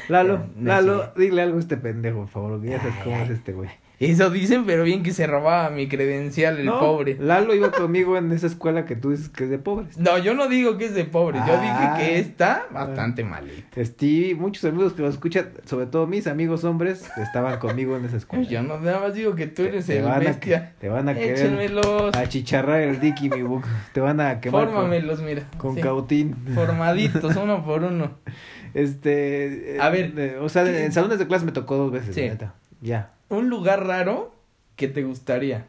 A: Lalo,
B: No, no
A: Lalo,
B: sé.
A: dile algo a este pendejo, por favor, que ya sabes cómo es este güey.
B: Eso dicen, pero bien que se robaba mi credencial, el
A: No,
B: pobre.
A: Lalo iba conmigo en esa escuela que tú dices que es de pobres.
B: No, yo no digo que es de pobres, yo
A: Ah.
B: dije que está bastante malito.
A: Stevie, Este, muchos amigos que lo escuchan, sobre todo mis amigos hombres, estaban conmigo en esa escuela.
B: Yo no nada más digo que tú eres el
A: van a, que-
B: bestia.
A: te van a querer
B: Échenmelos,
A: achicharrar el dick y mi book. Te van a quemar con-
B: fórmamelos, mira.
A: con
B: sí,
A: cautín.
B: Formaditos, uno por uno.
A: Este. eh,
B: A ver,
A: eh, o sea,
B: ¿qué?
A: en salones de clase me tocó dos veces,
B: Sí.
A: la neta. Ya.
B: Un lugar raro que te gustaría.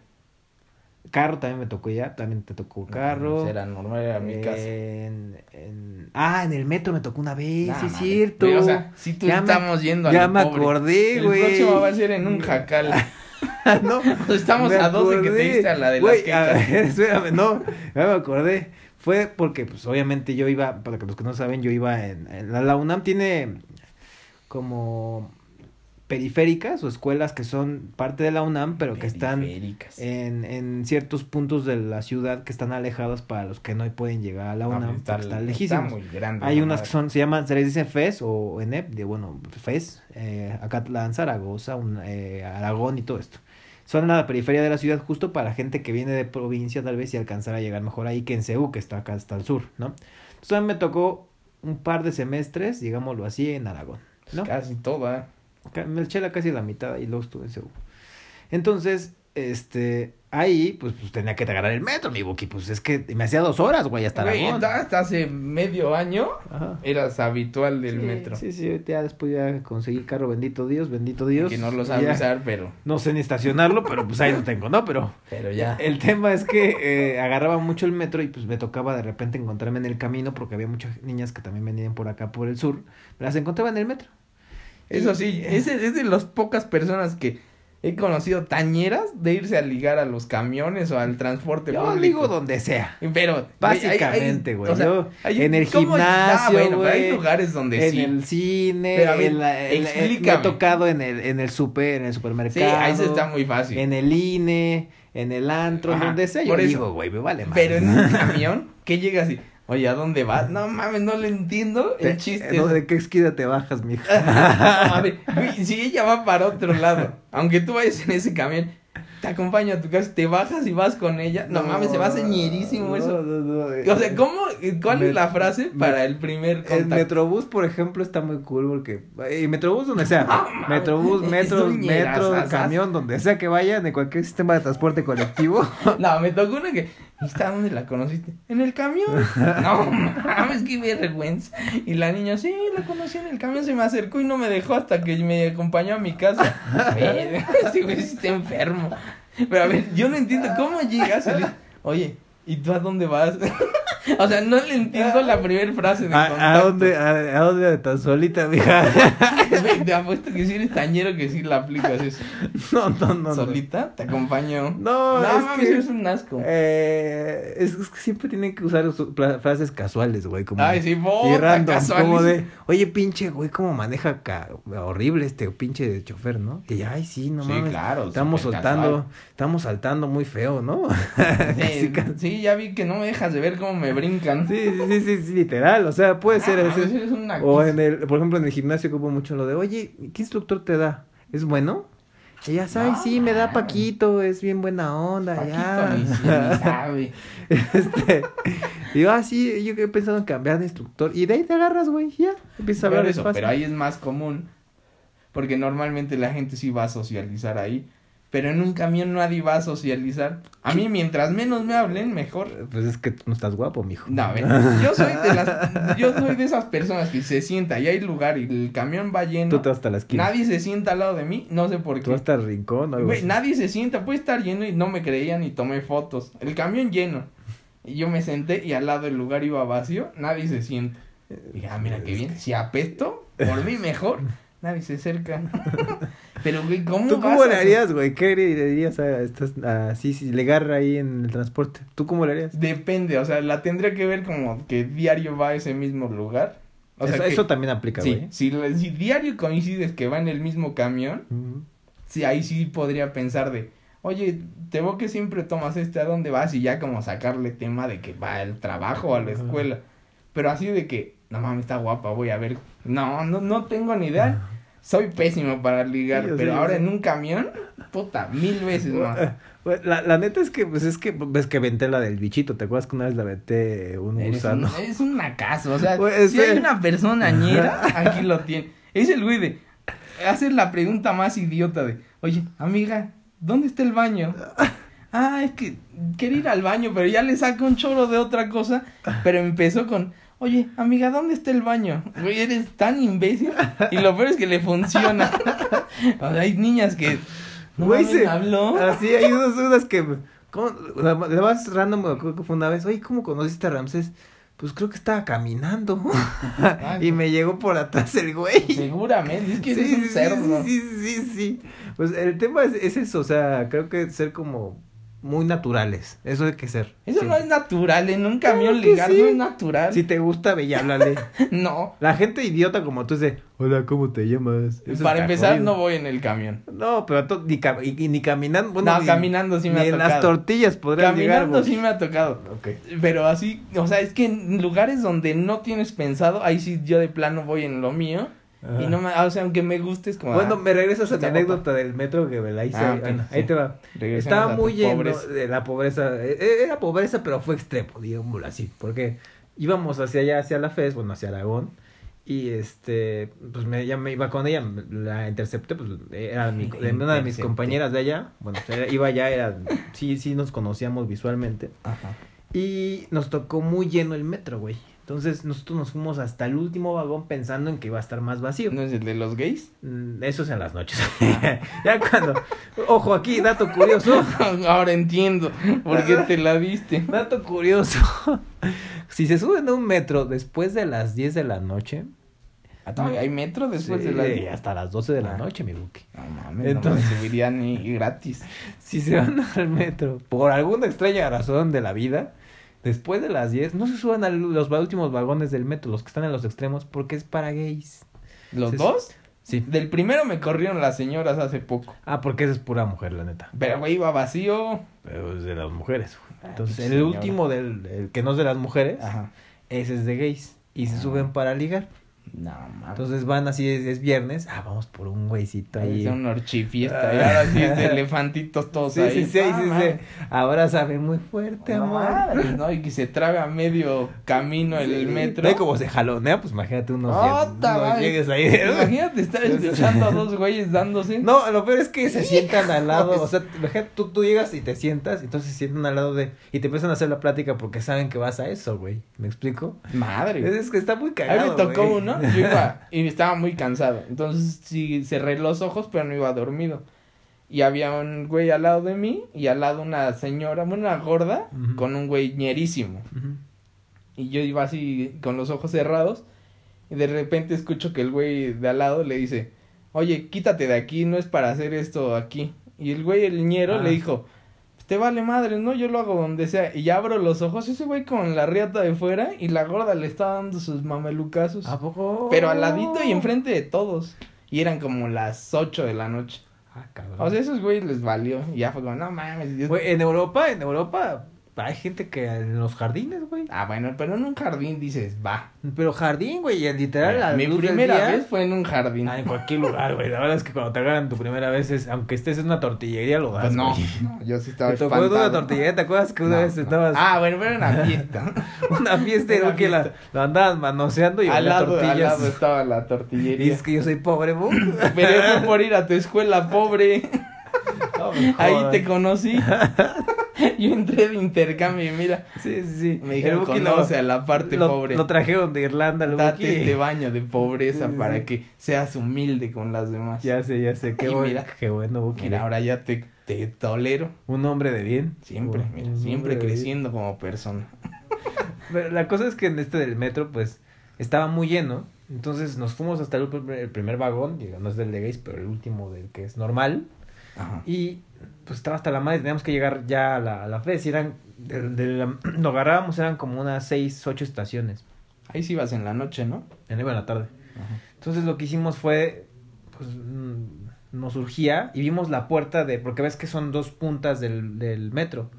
A: Carro también me tocó ya. También te tocó carro.
B: pues
A: Eh,
B: Era normal, era mi casa.
A: En, en- Ah, en el metro me tocó una vez,
B: Nah,
A: sí, es
B: mames.
A: cierto.
B: Güey, o sea, si tú
A: Ya me-
B: estamos yendo a
A: ya
B: lo
A: me
B: pobre.
A: acordé, güey. Mm.
B: El próximo va a ser en un jacal.
A: no,
B: Estamos
A: me
B: a dos de que te
A: acordé.
B: diste a la de
A: Güey, a
B: las quecas.
A: ver, espérame, no, ya me acordé. Fue porque, pues, obviamente yo iba, para que los que no saben, yo iba en, en la, la UNAM tiene como periféricas o escuelas que son parte de la UNAM, pero que están eh,
B: Periféricas.
A: en, en ciertos puntos de la ciudad que están alejadas para los que no pueden llegar a la
B: No,
A: UNAM,
B: pues,
A: porque está
B: está
A: lejísimos.
B: muy grande.
A: Hay
B: la
A: unas que
B: madre.
A: son, se llaman, se les dice FES o ENEP, de bueno, FES, eh, Acatlán, Zaragoza, un- eh, Aragón y todo esto. Son a la periferia de la ciudad justo para gente que viene de provincia tal vez y alcanzar a llegar mejor ahí que en CEU, que está acá hasta el sur, ¿no? Entonces a mí me tocó un par de semestres, digámoslo así, en Aragón, ¿no?
B: Casi toda.
A: Ca- Me eché la casi la mitad y luego estuve en CEU. Entonces, este, ahí, pues, pues tenía que agarrar el metro, mi boqui, pues es que me hacía dos horas, güey, hasta
B: Güey,
A: Aragón.
B: hasta hasta hace medio año
A: Ajá.
B: eras habitual del
A: sí,
B: metro.
A: Sí, sí, ahorita ya después ya conseguí carro, bendito Dios, bendito Dios.
B: Que no lo
A: Ya
B: sabes usar, pero,
A: No sé ni estacionarlo, pero pues ahí lo tengo, ¿no? Pero
B: pero ya.
A: el tema es que eh, agarraba mucho el metro y pues me tocaba de repente encontrarme en el camino porque había muchas niñas que también venían por acá, por el sur. Me las encontraba en el metro. eh,
B: Eso sí, es, es de las pocas personas que he conocido tañeras de irse a ligar a los camiones o al transporte
A: Yo
B: público.
A: digo donde sea.
B: Pero güey, hay- hay-
A: Básicamente, güey.
B: o sea,
A: Yo,
B: hay-
A: en el
B: ¿cómo? Ah,
A: gimnasio,
B: bueno, pero hay
A: güey,
B: lugares donde
A: en
B: sí.
A: el cine,
B: Pero a ver,
A: en la- en la- en- me
B: explícame.
A: he tocado en el, en el super, en el
B: Sí,
A: supermercado.
B: ahí se está muy fácil.
A: En el INE, en el antro, en
B: Ajá,
A: donde sea. Yo
B: por eso.
A: digo, güey, me vale más.
B: Pero en un camión, que llega así? Oye, ¿a dónde vas? No mames, no le entiendo el chiste.
A: No, ¿De qué esquina te bajas, mija?
B: No, a ver, güey, si ella va para otro lado, aunque tú vayas en ese camión, te acompaña a tu casa, te bajas y vas con ella. No, mames, se va a ñerísimo
A: no,
B: eso.
A: no, no, eh,
B: O sea, ¿cómo? ¿Cuál
A: Me-
B: es la frase
A: me-
B: para el primer
A: El
B: contacto?
A: Metrobús, por ejemplo, está muy cool porque... eh, Metrobús donde sea.
B: mames,
A: Metrobús,
B: Ah, es
A: metros,
B: un
A: metro,
B: ñerazazas.
A: camión, donde sea que vayan, en cualquier sistema de transporte colectivo.
B: No, me tocó una que. "¿Y está dónde la conociste? En el camión. No mames, qué vergüenza. Y la niña, sí, la conocí en el camión, se me acercó y no me dejó hasta que me acompañó a mi casa. Güey, Este güey sí está enfermo. Pero a ver, yo no entiendo cómo llegas y le- Oye, ¿y tú a dónde vas? O sea, no le entiendo la primera frase de
A: ¿A, a dónde, a, a dónde tan solita, mija?
B: Güey, Te apuesto que si eres tañero que sí la aplicas eso.
A: No, no, no. no.
B: ¿Solita? ¿Te acompaño?
A: No,
B: no
A: es
B: mames,
A: que-
B: eres un asco.
A: Eh, es, es que siempre tienen que usar su- pla- frases casuales, güey. Como,
B: Ay, sí,
A: Y
B: puta,
A: random,
B: casual.
A: como de, oye, pinche, güey, cómo maneja ca- horrible este pinche chofer, ¿no? Y ay, sí, no
B: sí,
A: mames.
B: claro.
A: Estamos
B: súper
A: soltando,
B: casual.
A: estamos saltando muy feo, ¿no?
B: Sí, Eh, sí, ya vi que no me dejas de ver cómo me brincan.
A: Sí, sí, sí, sí, sí, literal, o sea, puede ser.
B: Ah,
A: ese-
B: mames, eres un
A: o
B: naco.
A: en el, por ejemplo, en el gimnasio que hubo mucho lo de, oye, ¿qué instructor te da? ¿Es bueno? Y ya sabes,
B: No,
A: sí, me da
B: mames.
A: Paquito, es bien buena onda, ya.
B: Ah. Paquito ni,
A: Ah.
B: ni sabe.
A: Este, digo, ah, sí, yo he pensado en cambiar de instructor. Y de ahí te agarras, güey, ya. Empiezas a
B: Pero
A: hablar
B: eso,
A: despacio.
B: pero ahí es más común. Porque normalmente la gente sí va a socializar ahí. Pero en un camión nadie va a socializar. A mí, mientras menos me hablen, mejor.
A: Pues es que tú no estás guapo, mijo.
B: No, a ver, yo soy de las, yo soy de esas personas que se sienta y hay lugar y el camión va lleno.
A: Tú te vas hasta la esquina.
B: Nadie se sienta al lado de mí, no sé por
A: Tú
B: qué.
A: hasta el rincón, algo
B: Güey,
A: así.
B: nadie se sienta, puede estar lleno y no me creían y tomé fotos. El camión lleno. Y yo me senté y al lado del lugar iba vacío, nadie se sienta. Dije, ah, mira qué bien. Si apesto, por mí mejor, nadie se acerca. Pero, güey, ¿cómo
A: ¿Tú
B: vas
A: cómo
B: a-
A: le harías, güey? ¿Qué le dirías a estas, a, sí, sí, legar ahí en el transporte? ¿Tú cómo le harías?
B: Depende, o sea, la tendría que ver como que diario va a ese mismo lugar. O sea,
A: eso,
B: que-
A: eso también aplica,
B: sí,
A: güey.
B: si, la- si diario coincides que va en el mismo camión,
A: Mm.
B: sí, ahí sí podría pensar de, oye, te veo que siempre tomas este, ¿a dónde vas? Y ya como sacarle tema de que va al trabajo o a la
A: Ajá.
B: escuela. Pero así de que, no mames, está guapa, voy a ver. No, no, no tengo ni idea. Soy pésimo para ligar,
A: Sí, yo
B: pero
A: sé, yo
B: ahora
A: sé.
B: en un camión, puta, mil veces más.
A: Ah, Güey, La, la neta es que, pues es que ves que venté la del bichito, ¿te acuerdas que una vez la venté un
B: Eres un,
A: gusano?
B: eres un nacazo, o sea,
A: Güey,
B: si
A: ese-
B: hay una persona ñera, aquí lo tiene. Es el güey de hacer la pregunta más idiota de, oye, amiga, ¿dónde está el baño? Ah, es que quería ir al baño, pero ya le saca un choro de otra cosa, pero empezó con, oye, amiga, ¿dónde está el baño? Güey, eres tan imbécil, y lo peor es que le funciona. O sea, hay niñas que, no
A: Güey,
B: mames,
A: se- Ah.
B: habló.
A: Así hay unas dudas que. ¿Cómo? La, la más random me acuerdo que fue una vez. Oye, ¿cómo conociste a Ramsés? Pues creo que estaba caminando. y me llegó por atrás el güey.
B: Seguramente, es que
A: sí,
B: eres un
A: sí,
B: cerdo.
A: sí, sí, sí, sí. Pues el tema es, es eso, o sea, creo que ser como muy naturales. Eso hay que ser.
B: Eso
A: Sí.
B: no es natural, ¿eh? en un camión
A: Claro que
B: ligar
A: sí.
B: no es natural.
A: Si te gusta, ve y háblale.
B: No.
A: La gente idiota como tú dice, hola, ¿cómo te llamas? Eso
B: Para
A: está
B: empezar,
A: jodido.
B: no voy en el camión.
A: No, pero to- ni, cam- y- y ni caminando. bueno,
B: no,
A: ni-
B: caminando sí me
A: ni
B: ha
A: en las
B: tocado.
A: tortillas podrías llegar.
B: Caminando
A: güey.
B: sí me ha tocado.
A: Ok.
B: Pero así, o sea, es que en lugares donde no tienes pensado, ahí sí yo de plano voy en lo mío.
A: Ajá.
B: Y no me, o sea, aunque me guste, es como.
A: Bueno,
B: ah,
A: me regresas a mi
B: Está
A: anécdota del metro que me la hice.
B: Ah,
A: ahí,
B: ok,
A: Ana.
B: sí.
A: Ahí te va.
B: regresemos a
A: Estaba
B: tu
A: muy lleno
B: pobreza.
A: de la pobreza. eh, eh, Era pobreza, pero fue extremo, digámoslo así. Porque íbamos hacia allá, hacia la FES, bueno, hacia Aragón. Y este, pues me, ya me iba con ella, me- la intercepté, pues era mi- de una de mis
B: Intercepté.
A: compañeras de allá. Bueno, pues, era- iba allá, era, sí, sí nos conocíamos visualmente.
B: Ajá.
A: Y nos tocó muy lleno el metro, güey. Entonces nosotros nos fuimos hasta el último vagón pensando en que iba a estar más vacío.
B: ¿No es el de los gays?
A: Mm, Eso es en las noches. ya cuando. Ojo aquí, dato curioso.
B: Ahora entiendo por qué te la diste.
A: Dato curioso. si se suben a un metro después de las 10 de la noche.
B: Ah, todavía ¿Hay metro después de
A: sí,
B: la.?
A: hasta las 12 de la
B: Ah.
A: noche, mi buque.
B: No mames,
A: Entonces-
B: no me subiría ni gratis.
A: Si se van al metro por alguna extraña razón de la vida, después de las 10, no se suban a los últimos vagones del metro, los que están en los extremos, porque es para gays.
B: ¿Los
A: Sí, sí.
B: dos?
A: Sí.
B: Del primero me corrieron las señoras hace poco.
A: Ah, porque esa es pura mujer, la neta.
B: Pero, güey, iba vacío.
A: Pero es de las mujeres. güey.
B: Ah,
A: Entonces,
B: pinche
A: el
B: señora.
A: último del el que no es de las mujeres.
B: Ajá.
A: ese es de gays. Y se
B: Ah.
A: suben para ligar.
B: No, mames.
A: Entonces van así, es, es viernes. Ah, vamos por un güeycito
B: Ahí
A: ahí.
B: es una horchifiesta.
A: Ah.
B: Y ahora sí es de elefantitos todos
A: Sí,
B: ahí.
A: sí, sí, ahí
B: Ah,
A: sí,
B: madre.
A: sí. Abrázame muy fuerte,
B: No,
A: amor.
B: madres, ¿no? Y que se traga medio camino
A: Sí.
B: el metro.
A: Ve cómo se jalonea, pues imagínate unos,
B: ¡Ota,
A: unos
B: madre!
A: llegues ahí.
B: Imagínate estar
A: Sí, sí.
B: escuchando a dos güeyes dándose.
A: No, lo peor es que se sientan al lado, o sea, te- imagínate, tú, tú llegas y te sientas, y entonces se sientan al lado de, y te empiezan a hacer la plática porque saben que vas a eso, güey, ¿me explico?
B: Madre.
A: Es, es que está muy
B: A mí
A: cagado,
B: me tocó
A: güey.
B: uno, yo iba, y estaba muy cansado. Entonces sí cerré los ojos, pero no iba dormido. Y había un güey al lado de mí, y al lado una señora, bueno, una gorda,
A: Ujú.
B: con un güey ñerísimo.
A: Ujú.
B: Y yo iba así con los ojos cerrados. Y de repente escucho que el güey de al lado le dice, oye, quítate de aquí, no es para hacer esto aquí. Y el güey, el ñero,
A: Ah.
B: le dijo, "Pues te vale madre, ¿no? Yo lo hago donde sea. Y ya abro los ojos, ese güey con la riata de fuera y la gorda le está dando sus mamelucazos.
A: ¿A poco?
B: Pero al ladito
A: Oh.
B: y enfrente de todos. Y eran como las 8 de la noche.
A: Ah, cabrón.
B: O sea, esos güeyes les valió. Y ya fue como, no mames. yo-
A: Güey, eh. en Europa, en Europa hay gente que en los jardines, güey.
B: Ah, bueno, pero en un jardín dices, va.
A: Pero jardín, güey, y en literal la
B: Mi
A: luz del
B: primera
A: día-
B: vez fue en un jardín.
A: Ah, en cualquier lugar, güey. La verdad es que cuando te agarran tu primera vez es, aunque estés en una tortillería, lo das.
B: pues no,
A: güey.
B: no, yo sí estaba
A: Te tocó en una
B: espantado.
A: tortillería, ¿te acuerdas que una
B: No,
A: vez
B: no.
A: estabas
B: Ah, bueno, pero era una fiesta.
A: una fiesta y
B: Una
A: creo que la,
B: fiesta.
A: lo andaban manoseando y
B: al,
A: olía a
B: lado, al
A: tortillas?
B: lado estaba la
A: Y
B: tortillería.
A: es que yo soy pobre, bu.
B: Pero fue por ir a tu escuela, pobre.
A: No me
B: Ahí
A: jodas.
B: te conocí. Yo entré de intercambio y mira,
A: Sí, sí, sí.
B: me
A: El
B: dijeron
A: Buki lo-
B: conoce a la parte
A: lo,
B: pobre.
A: Lo trajeron de Irlanda, el
B: Date
A: Buki.
B: este baño de pobreza
A: Sí, sí, sí.
B: para que seas humilde con las demás.
A: Ya sé, ya sé. Qué,
B: Y
A: bueno,
B: mira.
A: qué bueno, Buki.
B: Mira, ahora ya te, te tolero.
A: Un hombre de bien.
B: Siempre,
A: Un-
B: mira,
A: un
B: siempre
A: hombre de bien.
B: creciendo como persona.
A: Pero la cosa es que en este del metro, pues, estaba muy lleno. Entonces nos fuimos hasta el, pr- el primer vagón, digo, no es del de gays, pero el último del que es normal.
B: Ajá.
A: Y pues estaba hasta la madre, teníamos que llegar ya a la, a la FES. y eran, de, de la- lo agarrábamos, eran como unas seis, ocho estaciones.
B: Ahí sí vas en la noche, ¿no?
A: En la tarde.
B: Ajá.
A: Entonces lo que hicimos fue, pues, mm, nos surgía y vimos la puerta de, porque ves que son dos puntas del, del metro.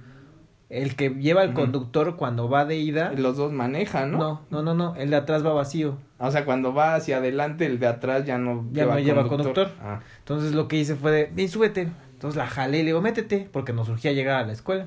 A: El que lleva el
B: Ujú.
A: conductor cuando va de ida.
B: Eh, Los dos manejan, ¿no?
A: No, no, no, no, el de atrás va vacío.
B: O sea, cuando va hacia adelante, el de atrás ya no
A: Ya no lleva conductor.
B: Ah.
A: Entonces lo que hice fue de, ven, súbete. Entonces la jalé y le digo, métete, porque nos surgía llegar a la escuela.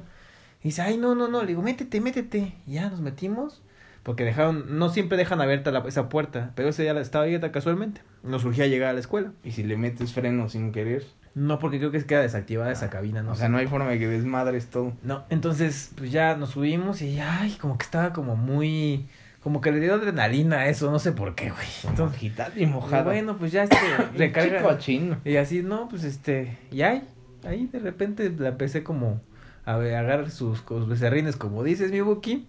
A: Y dice, ay, no, no, no, le digo, métete, métete. Y ya nos metimos, porque dejaron, no siempre dejan abierta la- esa puerta, pero ese ya estaba abierta casualmente. Nos surgía llegar a la escuela.
B: Y si le metes freno sin querer.
A: No, porque creo que queda desactivada esa cabina, no
B: Ah, o
A: sé.
B: sea, no hay forma de que desmadres todo.
A: No, entonces, pues ya nos subimos y, ay, como que estaba como muy, como que le dio adrenalina a eso, no sé por qué, güey. Entonces,
B: Entonces, y mojada.
A: bueno, pues ya este, recarga.
B: Chico chino.
A: Y así, no, pues este, y ahí, ahí de repente la empecé como a ve- agarrar sus, cos- becerrines, como dices, mi Buki,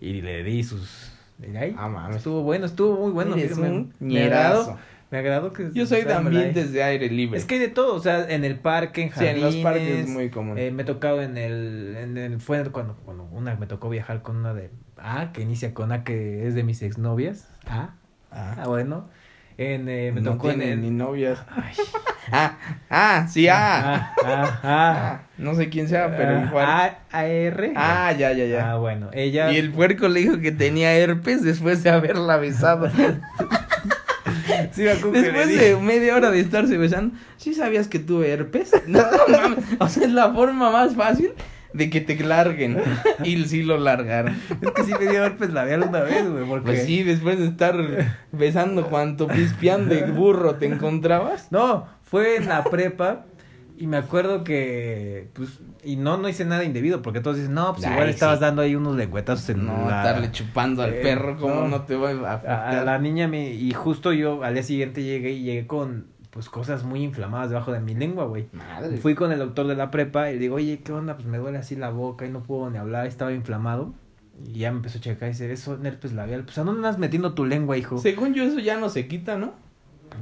A: y le di sus, y ahí,
B: Ah, mames.
A: estuvo bueno, estuvo muy bueno,
B: Eres
A: fíjate,
B: un
A: me, me agradó,
B: ñerazo.
A: me agradó que.
B: Yo soy de
A: dármela ahí.
B: ambientes de aire libre.
A: Es que hay de todo, o sea, en el parque, en
B: Sí, en
A: jardines.
B: los parques es muy común.
A: eh, me he tocado en el, en el, fue cuando, cuando una, me tocó viajar con una de A, que inicia con A, que es de mis exnovias, A,
B: ah,
A: ah, bueno, en, eh, me
B: no
A: tocó en
B: tienen
A: el,
B: ni novias.
A: Ay.
B: Ah, ah, sí, ah.
A: Ah, ah, ah.
B: Ah, no sé quién sea, pero
A: Ah,
B: igual.
A: A- AR.
B: Ah, ya, ya, ya.
A: Ah, bueno, ella.
B: Y el puerco le dijo que tenía herpes después de haberla besado.
A: Sí, me acuerdo que le
B: Después
A: dije.
B: de media hora de estarse besando, ¿sí sabías que tuve herpes? No, mames. O sea, es la forma más fácil de que te larguen. Y sí lo largaron.
A: Es que sí me dio herpes labial una vez, güey. Porque...
B: Pues sí, después de estar besando cuanto pispián de burro te encontrabas.
A: No, fue en la prepa. Y me acuerdo que, pues, y no, no hice nada indebido, porque todos dicen, no, pues
B: Ay,
A: igual estabas
B: sí.
A: dando ahí unos lengüetazos en
B: No,
A: este, la-
B: estarle chupando al
A: Eh,
B: perro, como
A: no.
B: no. te va a
A: a,
B: afectar?
A: a la niña me, y justo yo al día siguiente llegué y llegué con, pues, cosas muy inflamadas debajo de mi lengua, güey.
B: Madre.
A: Fui con el doctor de la prepa y le digo, oye, ¿qué onda? Pues me duele así la boca y no puedo ni hablar, estaba inflamado. Y ya me empezó a checar y dice, eso, herpes labial. Pues, ¿a dónde andas metiendo tu lengua, hijo?
B: Según yo, eso ya no se quita, ¿no?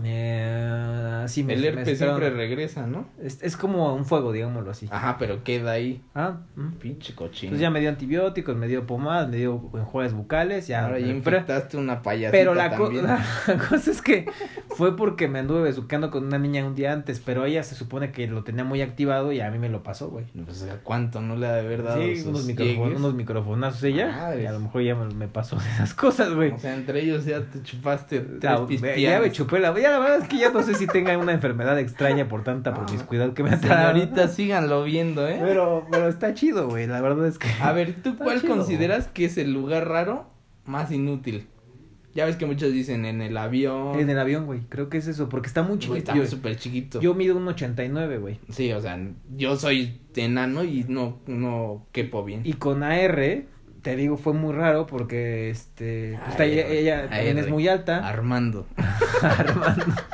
A: Eh, sí, me,
B: El
A: me
B: herpes
A: esperaron.
B: siempre Ah. regresa, ¿no?
A: es, es como un fuego, digámoslo así.
B: Ajá, pero queda ahí.
A: Ah, mm.
B: Pinche cochino.
A: Entonces ya me dio antibióticos, me dio pomadas, me dio enjuagues bucales, ya.
B: Ahora ya
A: pero-
B: infectaste una payasita
A: Pero la, co-
B: también.
A: la cosa es que fue porque me anduve besuqueando con una niña un día antes, pero ella se supone que lo tenía muy activado y a mí me lo pasó, güey.
B: Pues, ¿a ¿cuánto no le ha de haber dado
A: Sí,
B: sus
A: unos,
B: llegues?
A: micrófonos, unos microfonazos ella.
B: Madres.
A: Y a lo mejor ya me, me pasó de esas cosas, güey.
B: O sea, entre ellos ya te chupaste tres
A: La- ya me
B: pispianes.
A: chupé la. Ya la verdad es que ya no sé si tenga una enfermedad extraña por tanta
B: Ah.
A: promiscuidad que me ha dado.
B: Señorita, síganlo viendo, ¿eh?
A: Pero, pero está chido, güey. La verdad es que.
B: A ver, ¿tú
A: Está
B: cuál
A: chido.
B: consideras que es el lugar raro más inútil? Ya ves que muchos dicen en el avión.
A: En el avión, güey. Creo que es eso. Porque está muy
B: Güey,
A: chiquito.
B: está
A: Yo,
B: súper chiquito.
A: yo mido un 89, güey.
B: Sí, o sea, yo soy enano y no, no quepo bien.
A: Y con AR, te digo, fue muy raro porque este. pues, está- ella
B: AR.
A: ella también es muy alta.
B: Armando. Armando.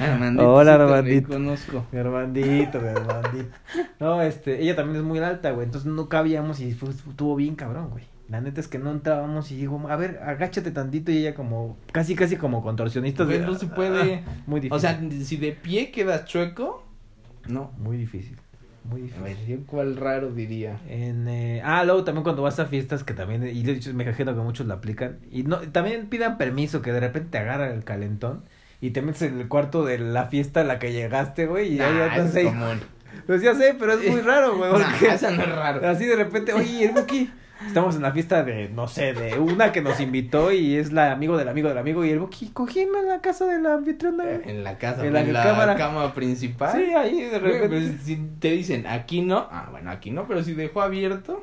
B: Armandito.
A: Hola,
B: sí te
A: Armandito.
B: reconozco.
A: Mi hermandito, mi hermandito. No, este, ella también es muy alta, güey. Entonces no cabíamos y fue- estuvo bien cabrón, güey. La neta es que no entrábamos y digo, a ver, agáchate tantito y ella como, casi, casi como contorsionista.
B: Güey,
A: de-
B: no se puede.
A: Ah, muy difícil.
B: O sea, si de pie quedas chueco, no.
A: muy difícil. Muy
B: A
A: difícil.
B: ver, yo cuál raro diría.
A: En, eh, ah, luego también cuando vas a fiestas que también, y de hecho me imagino que muchos la aplican, y no, también pidan permiso que de repente te agarra el calentón y te metes en el cuarto de la fiesta a la que llegaste, güey, y
B: Nah,
A: ahí ya
B: Ah, eso
A: estás
B: es
A: ahí.
B: común.
A: Pues ya sé, pero es muy raro, güey,
B: Nah,
A: porque
B: eso no es raro.
A: así de repente, oye, el Buki, estamos en la fiesta de, no sé, de una que nos invitó y es la amigo del amigo del amigo, y el Buki, cogíme en la casa de la anfitriona, güey.
B: En la casa,
A: En
B: en
A: la
B: la,
A: cámara.
B: cama principal.
A: Sí, ahí de
B: Güey,
A: repente.
B: pues, si te dicen aquí no, ah, bueno, aquí no, pero si dejó abierto,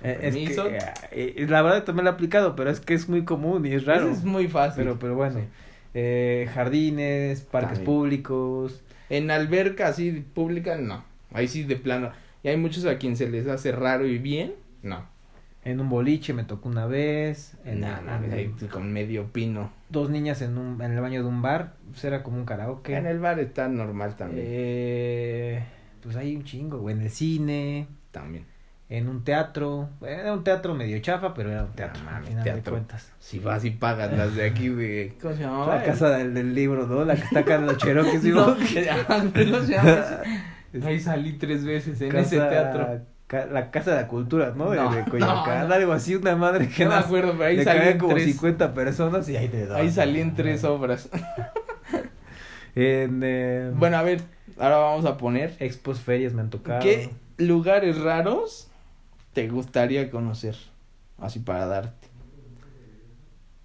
B: con
A: Eh, es que,
B: permiso,
A: eh, la verdad también lo he aplicado, pero es que es muy común y es raro.
B: eso es muy fácil.
A: Pero, pero bueno.
B: Sí.
A: Eh, jardines, parques
B: También.
A: públicos.
B: En alberca así pública, no. Ahí sí de plano. Y hay muchos a quien se les hace raro y bien, no.
A: En un boliche me tocó una vez. En,
B: Nada,
A: en-
B: ahí con medio pino.
A: Dos niñas en, un, en el baño de un bar. Pues era como un karaoke.
B: En el bar está normal también.
A: Eh, pues hay un chingo, güey. En el cine,
B: También.
A: en un teatro. Era un teatro medio chafa, pero era un teatro.
B: No
A: al
B: mames,
A: final de
B: Ah, teatro.
A: cuentas.
B: Si vas y pagas las de aquí de. ¿Cómo se llamaba?
A: La casa del, del libro, ¿no? La que está acá en los Cherokees. ¿sí?
B: No, Ah, ¿cómo se llama? Ahí salí tres veces en ese
A: Casa-
B: teatro.
A: ca- la Casa de la Cultura, ¿no? De,
B: No,
A: de Coyoacán,
B: no, no.
A: algo así, una madre que
B: No me
A: nas-
B: acuerdo, pero ahí
A: le
B: salí
A: caían
B: en
A: como
B: tres.
A: 50 personas y ahí te daban.
B: Ahí salí en tres obras.
A: En, eh,
B: Bueno, a ver, ahora vamos a poner.
A: expos, ferias me han tocado.
B: ¿Qué lugares raros te gustaría conocer? Así para darte.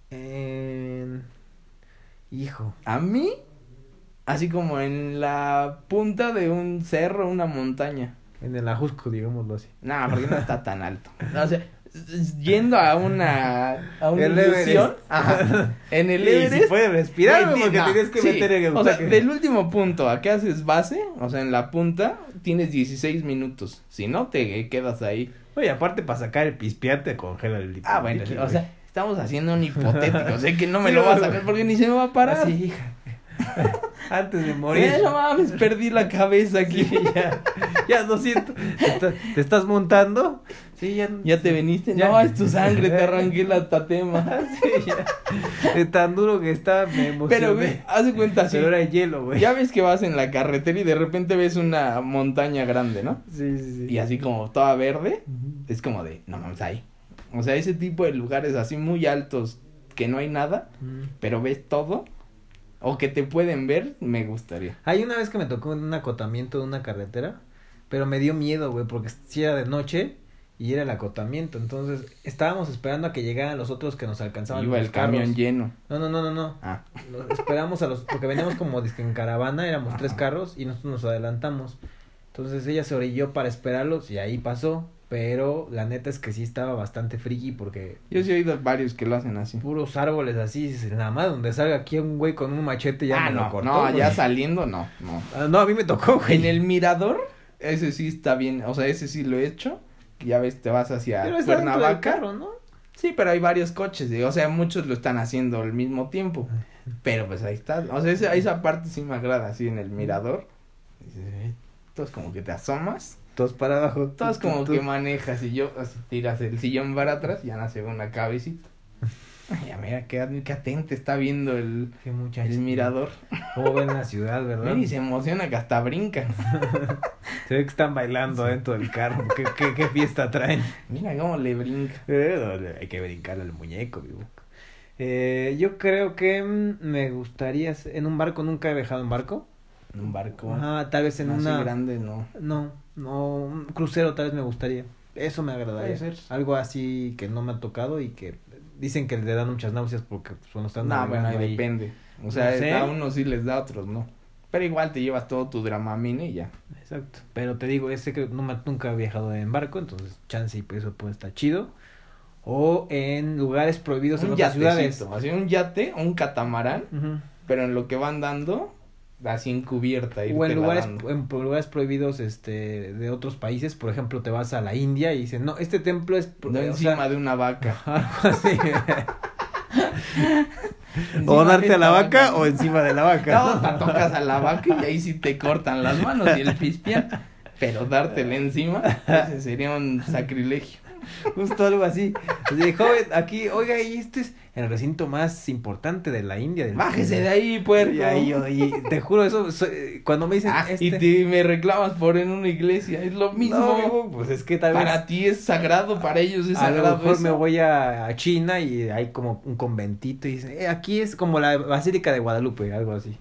A: En- Hijo.
B: A mí, así como en la punta de un cerro, una montaña.
A: En el ajusco, digámoslo así.
B: Nah, porque no está tan alto. O sea, s- yendo a una, a una
A: El
B: ilusión.
A: Everest.
B: Ajá, en el
A: Y
B: Everest.
A: si puedes respirar, güey,
B: Güey,
A: porque
B: no,
A: tienes que
B: sí,
A: meter en el
B: O sea,
A: ataque.
B: del último punto a que haces base, o sea, en la punta, tienes 16 minutos. Si no, te quedas ahí.
A: Oye, aparte, para sacar el pispián te congela el líquido.
B: Ah, bueno,
A: líquido,
B: o
A: güey.
B: sea, estamos haciendo un hipotético. sé que no me
A: Sí, Ah,
B: lo
A: no,
B: vas a
A: no.
B: sacar porque ni se me va a parar.
A: Así, hija. Antes de morir.
B: Eh, no mames, perdí la cabeza aquí.
A: Sí, ya, ya lo siento. ¿Te, está- te estás montando? Sí, ya.
B: Ya te veniste.
A: Ya.
B: No, es tu sangre, te arranqué la tatema.
A: Sí, ya. De tan duro que está, me emocioné.
B: Pero, güey, haz de cuenta así.
A: Pues Pero era hielo, güey.
B: Ya ves que vas en la carretera y de repente ves una montaña grande, ¿no?
A: Sí, sí, sí.
B: Y así como toda verde,
A: Ujú.
B: es como de, no mames, ahí. O sea, ese tipo de lugares así muy altos que no hay nada,
A: Mm.
B: pero ves todo, o que te pueden ver, me gustaría.
A: Hay una vez que me tocó en un acotamiento de una carretera, pero me dio miedo, güey, porque si era de noche y era el acotamiento. Entonces, estábamos esperando a que llegaran los otros que nos alcanzaban.
B: Iba
A: los
B: el camión
A: carros.
B: lleno.
A: No, no, no, no, no.
B: Ah,
A: Nos esperamos a los, porque veníamos como disque en caravana, éramos
B: Ajá.
A: tres carros y nosotros nos adelantamos. Entonces ella se orilló para esperarlos y ahí pasó. Pero la neta es que sí estaba bastante friki porque
B: yo sí he oído varios que lo hacen así.
A: puros árboles así, dices, nada más donde salga aquí un güey con un machete ya
B: ah,
A: me
B: no,
A: lo cortó.
B: no,
A: güey.
B: ya saliendo, no, no.
A: Ah, no, a mí me tocó, güey.
B: En el mirador, ese sí está bien, o sea, ese sí lo he hecho. que Ya ves, te vas hacia
A: Pero está dentro del
B: Cuernavaca.
A: carro, ¿no?
B: Sí, pero hay varios coches, eh, o sea, muchos lo están haciendo al mismo tiempo. Pero pues ahí está, o sea, esa, esa parte sí me agrada, así en el mirador. Dices, eh, Todos como que te asomas,
A: Todos para abajo.
B: todos
A: tú,
B: como
A: tú,
B: que
A: tú.
B: manejas y yo así tiras el sillón para atrás y Ana se ve una cabecita. Ay, Ya mira, qué, ad- qué atento está viendo el,
A: Qué muchacho.
B: el mirador.
A: Cómo ven la ciudad, ¿verdad?
B: Mira, y se emociona que hasta brinca.
A: Se ve que están bailando dentro del carro. ¿Qué, qué, qué fiesta traen?
B: Mira cómo le brinca.
A: Eh, no, hay que brincarle al muñeco, mi boca. Eh, yo creo que mm, me gustaría ser- en un barco, nunca he viajado en barco.
B: En un barco.
A: Ajá, tal vez en
B: no, así
A: una
B: grande, no.
A: no, no, un crucero tal vez me gustaría. Eso me agradaría.
B: Puede ser.
A: Algo así que no me ha tocado y que dicen que le dan muchas náuseas porque pues, cuando
B: No,
A: están
B: bueno,
A: navegando
B: ahí
A: ahí.
B: depende. O sea,
A: No sé.
B: a unos sí les da, a otros no. Pero igual te llevas todo tu dramamine y ya.
A: Exacto. Pero te digo, ese que no me- nunca he viajado en barco, entonces chance y pues, eso puede estar chido. O en lugares prohibidos en
B: un
A: otras ciudades.
B: yatecito, así un yate o un catamarán,
A: Ujú.
B: pero en lo que van dando, así en cubierta.
A: O
B: irte
A: en lugares,
B: nadando.
A: en pro- lugares prohibidos este, de otros países, por ejemplo, te vas a la India y dicen, no, este templo es... pro-
B: No
A: o
B: encima
A: sea,
B: de una vaca.
A: algo así.
B: Encima de esta
A: encima de la vaca.
B: No, te tocas a la vaca y ahí sí te cortan las manos y el pispián. Pero dártela encima, ese sería un sacrilegio.
A: Justo algo así. Así, joven, aquí, oiga, y este es el recinto más importante de la India. Del
B: Bájese de ahí, puerco.
A: Y ahí, yo- y te juro, eso, so- cuando me dicen
B: Ah,
A: este...
B: Y te- me reclamas por en una iglesia. Es lo
A: No,
B: mismo.
A: amigo, pues es que tal vez...
B: Para ti es sagrado, para ellos es
A: a lo
B: sagrado.
A: mejor
B: eso.
A: me voy a, a China y hay como un conventito y dicen, "Eh, aquí es como la Basílica de Guadalupe, algo así.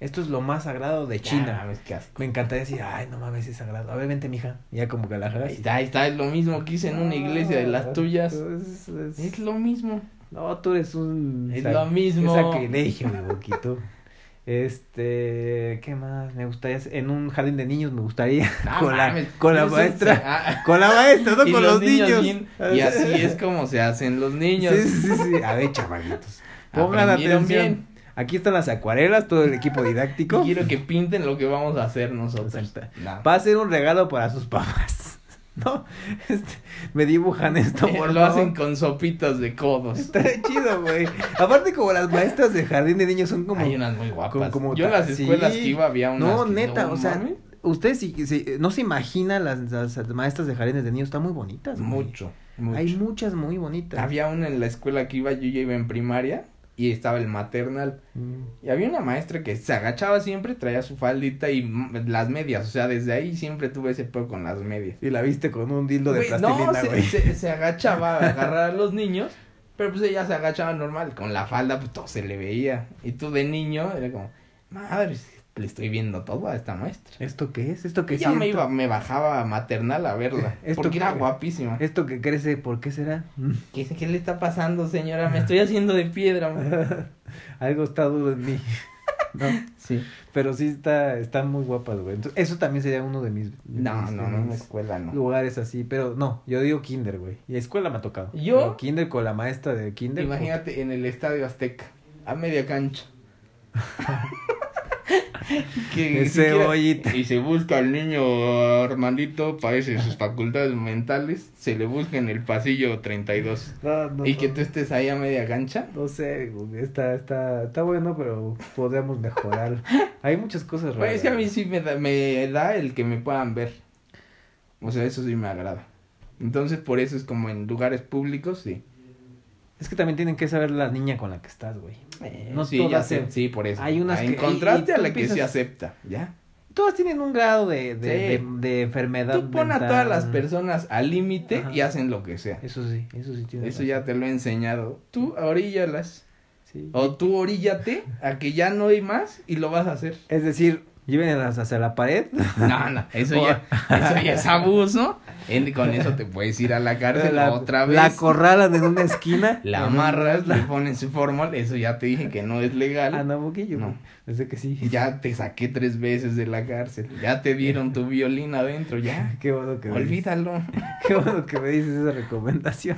A: Esto es lo más sagrado de
B: Ya,
A: China.
B: mames, qué asco.
A: Me encantaría decir, ay, no mames, es sagrado. A ver, vente, mija. Y Ya como que la jalas.
B: Ahí está, ahí está, es lo mismo que hice en una iglesia de las tuyas.
A: Es- es-
B: Es lo mismo.
A: No, tú eres un...
B: Es
A: sac-
B: lo mismo.
A: Es sacrilegio, mi boquito. Este, ¿qué más? Me gustaría, hacer- en un jardín de niños me gustaría,
B: Ah,
A: con, la,
B: mames,
A: con la
B: eso-
A: maestra,
B: ah,
A: con la maestra, no
B: y
A: con los, niños.
B: bien- y así es como se hacen los niños.
A: Sí, sí, sí. A ver, chavalitos. Pongan
B: Aprendieron
A: atención.
B: bien.
A: Aquí están las acuarelas, todo el equipo didáctico.
B: Quiero que pinten lo que vamos a hacer nosotros.
A: Exacto.
B: Nah.
A: Va a ser un regalo para sus papás. No, este, me dibujan esto,
B: Eh,
A: por
B: lo
A: favor.
B: hacen con sopitas de codos.
A: Está chido, güey. Aparte, como las maestras de jardín de niños son como.
B: Hay unas muy guapas.
A: como- como
B: Yo en las
A: ta-
B: escuelas
A: sí.
B: que iba había unas.
A: No,
B: que
A: neta, o sea,
B: mames,
A: ustedes si, si- no se imaginan las, las maestras de jardines de niños, están muy bonitas. güey.
B: Mucho, mucho.
A: Hay muchas muy bonitas.
B: Había una en la escuela que iba, yo ya iba en primaria y estaba el maternal.
A: Mm.
B: Y había una maestra que se agachaba siempre, traía su faldita y mm, las medias. O sea, desde ahí siempre tuve ese pedo con las medias.
A: Y la viste con un dildo de
B: Güey,
A: plastilina,
B: no, se,
A: güey.
B: se, se agachaba a agarrar a los niños, pero pues ella se agachaba normal. Con la falda, pues todo se le veía. Y tú de niño, era como, madre, le estoy viendo todo a esta maestra.
A: ¿Esto qué es? ¿Esto qué
B: Y
A: es?
B: ya me iba, me bajaba a maternal a verla.
A: Esto
B: porque era
A: que-
B: guapísima.
A: Esto que crece, ¿por qué será? Mm.
B: ¿Qué, ¿Qué le está pasando, señora? Me estoy haciendo de piedra. ma.
A: Algo está duro en mí. No,
B: Sí.
A: pero sí está, están muy guapas, güey. Entonces, eso también sería uno de mis, de
B: No,
A: mis-
B: no,
A: de
B: no, Este, en la
A: mis
B: escuela no.
A: lugares así, pero no, yo digo kinder, güey. Y escuela me ha tocado.
B: ¿Yo?
A: Pero kinder con la maestra de kinder.
B: Imagínate en el estadio Azteca, a media cancha. que ni
A: El
B: siquiera-
A: cebollita.
B: Y se busca al niño Armandito, padece sus facultades mentales, se le busca en el pasillo 32.
A: No, no,
B: y
A: no.
B: que tú estés ahí a media cancha.
A: No sé, güey, está, está, está bueno, pero podemos mejorar. Hay muchas cosas raras.
B: Pues es que a mí sí me da, me da el que me puedan ver. O sea, eso sí me agrada. Entonces, por eso es como en lugares públicos, sí.
A: Es que también tienen que saber la niña con la que estás, güey.
B: Eh,
A: No
B: sí, ya
A: todas
B: sé,
A: se-
B: sí, por eso.
A: hay unas
B: Ah,
A: que-
B: En
A: y-
B: contraste
A: y
B: a
A: tú
B: la que se
A: empiezas-
B: acepta, ¿ya?
A: Todas tienen un grado de, de,
B: Sí.
A: de, de enfermedad.
B: Tú pon a
A: mental.
B: todas las personas al límite
A: Ajá.
B: y hacen lo que sea.
A: Eso sí, eso sí tiene.
B: Eso ya
A: razón.
B: te lo he enseñado. Tú oríllalas.
A: Sí.
B: O tú oríllate a que ya no hay más y lo vas a hacer.
A: Es decir, llévenlas hacia la pared.
B: No, no, eso ya, eso ya es abuso. En- con eso te puedes ir a la cárcel
A: la,
B: otra vez.
A: la corralan en una esquina. Ah,
B: la
A: En
B: amarras,
A: un- la-
B: le pones su formal. Eso ya te dije que no es legal.
A: Ah, no, Boquillo,
B: No.
A: güey. Pensé que sí.
B: Ya te saqué tres veces de la cárcel. Ya te dieron tu violín adentro, ya.
A: Qué bueno que me dices-
B: Olvídalo.
A: Qué bueno que me dices esa recomendación.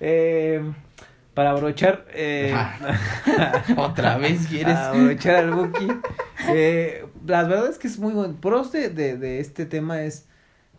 A: Eh, para abrochar. Eh,
B: Ajá. Otra vez quieres.
A: para abrochar al Buki. Eh, la verdad es que es muy bueno. Pros de, de, de este tema es.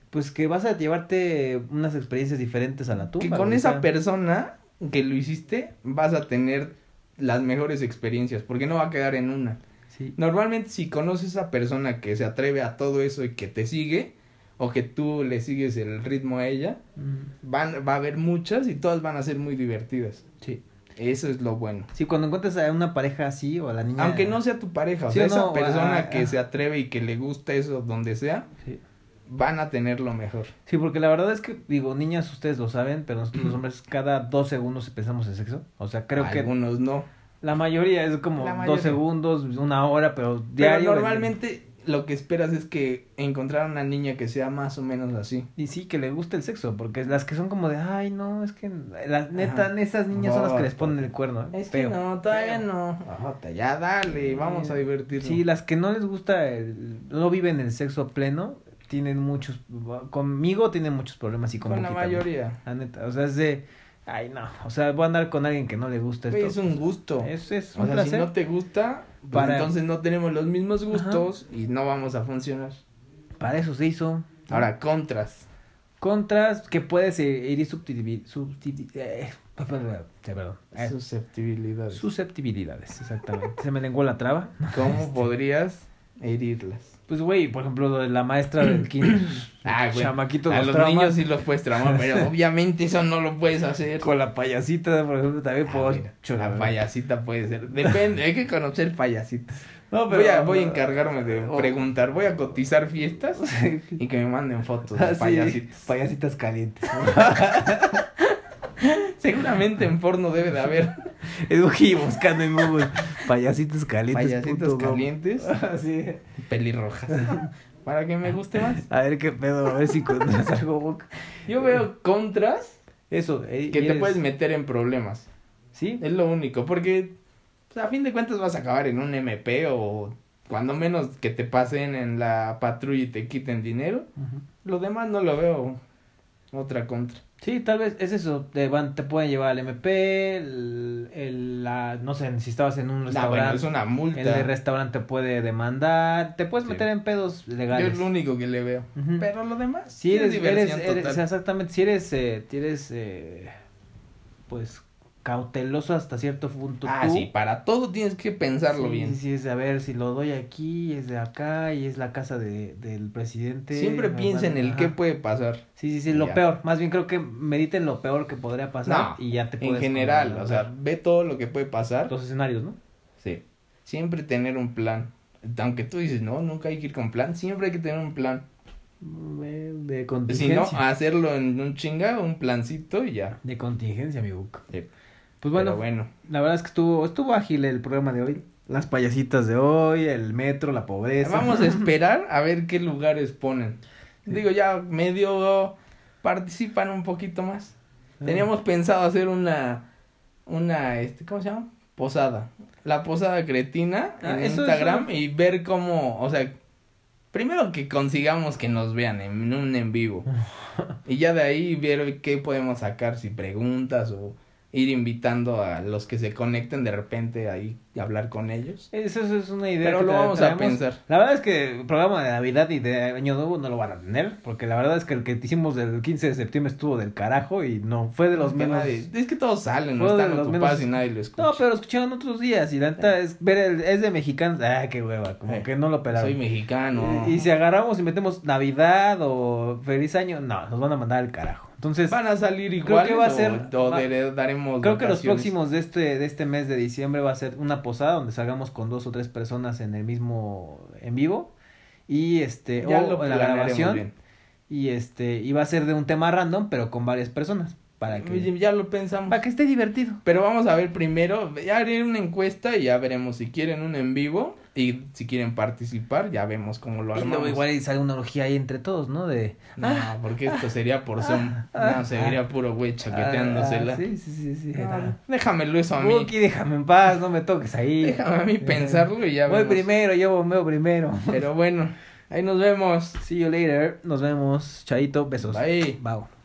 A: Pues que vas a llevarte unas experiencias diferentes a la tumba.
B: que con
A: güey, o
B: esa
A: sea.
B: persona que lo hiciste vas a tener las mejores experiencias, porque no va a quedar en una.
A: Sí.
B: Normalmente si conoces a esa persona que se atreve a todo eso y que te sigue, o que tú le sigues el ritmo a ella,
A: Mm,
B: van, va a haber muchas y todas van a ser muy divertidas.
A: Sí.
B: Eso es lo bueno.
A: Sí, cuando encuentras a una pareja así o a la niña.
B: Aunque no sea tu pareja, o
A: Sí
B: sea,
A: o
B: esa
A: no,
B: persona
A: ah,
B: que
A: ah.
B: se atreve y que le gusta eso donde sea,
A: Sí.
B: van a tener lo mejor.
A: Sí, porque la verdad es que, digo, niñas, ustedes lo saben, pero nosotros los hombres cada dos segundos pensamos en sexo. O sea, creo que
B: Algunos no.
A: la mayoría es como
B: La mayoría.
A: dos segundos, una hora, pero
B: Pero
A: diario.
B: normalmente lo que esperas es que encontrar una niña que sea más o menos así.
A: Y sí, que le gusta el sexo, porque las que son como de, ay, no, es que, las neta,
B: Ajá.
A: esas niñas son las que les
B: Botas.
A: ponen el cuerno. eh, feo. Feo.
B: no. ya dale, vamos a divertirnos.
A: Sí, las que no les gusta, el- no viven el sexo pleno, tienen muchos, conmigo tienen muchos problemas y con,
B: con, la
A: Boquita, ¿no?
B: mayoría.
A: La neta, o sea, es de, ay, no, o sea, voy a andar con alguien que no le gusta
B: Güey,
A: esto.
B: es un gusto.
A: Es, es
B: o
A: un
B: sea, si
A: placer.
B: no te gusta, pues
A: Para-
B: entonces no tenemos los mismos gustos y no vamos a funcionar.
A: Para eso se hizo.
B: Ahora, contras.
A: Contras que puedes eh, ir y subdividir. Subdivi eh, perdón.
B: Ah,
A: Eh,
B: Susceptibilidades. Este.
A: susceptibilidades, exactamente. se me lenguó la traba.
B: ¿Cómo podrías herirlas.
A: Pues, güey, por ejemplo, lo de la maestra del kinder.
B: Ah, güey.
A: Chamaquito
B: a
A: los
B: los
A: traumas.
B: niños sí los puedes traumar, pero obviamente eso no lo puedes hacer.
A: Con la payasita, por ejemplo, también
B: Ah,
A: por
B: mira, la payasita puede ser. Depende, hay que conocer payasitas.
A: No,
B: voy, a, voy a encargarme de
A: Oh.
B: preguntar, voy a cotizar fiestas y que me manden fotos de
A: Ah, sí,
B: payasitas.
A: payasitas calientes.
B: Seguramente en porno debe de haber
A: Eduji buscando en Google. Payasitas calientes.
B: payasitas
A: punto com.
B: calientes
A: Ah, sí.
B: y pelirrojas. Para que me guste más.
A: A ver qué pedo, a ver si encuentras algo. boca.
B: Yo veo contras
A: Eso, eh,
B: que
A: y
B: te
A: eres-
B: puedes meter en problemas.
A: Sí,
B: Es lo único, porque pues, a fin de cuentas vas a acabar en un MP o cuando menos que te pasen en la patrulla y te quiten dinero.
A: Ujú.
B: Lo demás no lo veo otra contra.
A: sí, tal vez es eso. Te, van, te pueden llevar al MP, el, el- la, no sé, si estabas en un
B: Nah, Ah, bueno, es
A: restaurante.
B: una multa.
A: el de restaurante te puede demandar. Te puedes
B: Sí.
A: meter en pedos
B: Yo
A: legales.
B: es lo único que le veo.
A: Ujú.
B: Pero lo demás
A: Si
B: sí
A: eres,
B: es
A: eres,
B: diversión
A: eres-
B: total.
A: o sea, exactamente, si eres, eh, si eres, eh, pues, cauteloso hasta cierto punto.
B: ah,
A: tú.
B: sí, para todo tienes que pensarlo
A: Sí,
B: bien.
A: Sí, sí, es de, a ver si lo doy aquí, es de acá y es la casa de, del presidente.
B: Siempre
A: me
B: piensa en
A: mandan-
B: el qué
A: ajá.
B: puede pasar.
A: Sí, sí, sí, lo
B: Ya.
A: peor. Más bien creo que mediten lo peor que podría pasar
B: No,
A: y ya te
B: En
A: puedes.
B: general,
A: como
B: o sea,
A: dar
B: ve todo lo que puede pasar.
A: Los escenarios, ¿no?
B: Sí. Siempre tener un plan. Aunque tú dices, no, nunca hay que ir con plan, siempre hay que tener un plan.
A: Eh, De
B: Si no, ah,
A: contingencia.
B: hacerlo en un chinga, un plancito y ya.
A: De contingencia, mi book.
B: Sí.
A: Pues
B: Bueno,
A: bueno,
B: Pero bueno,
A: la verdad es que estuvo, estuvo ágil el programa de hoy. Las payasitas de hoy, el metro, la pobreza.
B: vamos a esperar a ver qué lugares ponen. Digo, ya medio participan un poquito más.
A: Ah,
B: Teníamos pensado hacer una, una, este, ¿cómo se llama? Posada. La posada cretina
A: Ah,
B: en
A: eso es
B: Instagram
A: una-
B: y ver cómo, o sea, primero que consigamos que nos vean en un en vivo. y ya de ahí ver qué podemos sacar, si preguntas o ir invitando a los que se conecten de repente ahí y hablar con ellos.
A: Eso, eso es una idea.
B: Pero
A: que
B: lo
A: tra-
B: vamos a
A: traemos.
B: pensar.
A: La verdad es que el programa de Navidad y de Año Nuevo no lo van a tener, porque la verdad es que el que hicimos del 15 de septiembre estuvo del carajo y no fue de los
B: Que
A: menos.
B: nadie- es que todos salen, no
A: Fue de
B: están
A: los
B: ocupados
A: menos-
B: y nadie lo escucha.
A: No, pero lo escucharon otros días y la neta es ver el, es de mexicanos. Ah, qué hueva, como
B: Eh,
A: que no lo pelaron.
B: Soy mexicano.
A: Y, y si agarramos y metemos Navidad o Feliz Año, no, nos van a mandar al carajo. Entonces,
B: ¿Van a salir
A: que va a
B: igual
A: ser-
B: o,
A: va-
B: dare- daremos
A: Creo que los
B: votaciones?
A: próximos de este, de este mes de diciembre va a ser una posada donde salgamos con dos o tres personas en el mismo en vivo y este
B: Ya
A: o
B: lo
A: en la
B: planearemos
A: grabación
B: bien.
A: y este y va a ser de un tema random pero con varias personas para que
B: Ya lo pensamos.
A: para que esté divertido.
B: Pero vamos a ver primero, ya haré una encuesta y ya veremos si quieren un en vivo y si quieren participar, ya vemos cómo lo
A: Y
B: armamos.
A: luego igual y sale una orgía ahí entre todos, ¿no? De
B: No, porque esto sería por Zoom.
A: ah,
B: no, sería puro güey chaqueteándosela.
A: Ah, sí, sí, sí, sí.
B: No,
A: era-
B: déjamelo eso a mí.
A: Buki, déjame en paz, no me toques ahí.
B: Déjame a mí
A: Eh,
B: pensarlo y ya
A: Voy
B: vemos.
A: primero, yo bombeo primero.
B: Pero bueno, ahí nos vemos.
A: See you later. Nos vemos. Chaito, besos.
B: Bye.
A: Bye.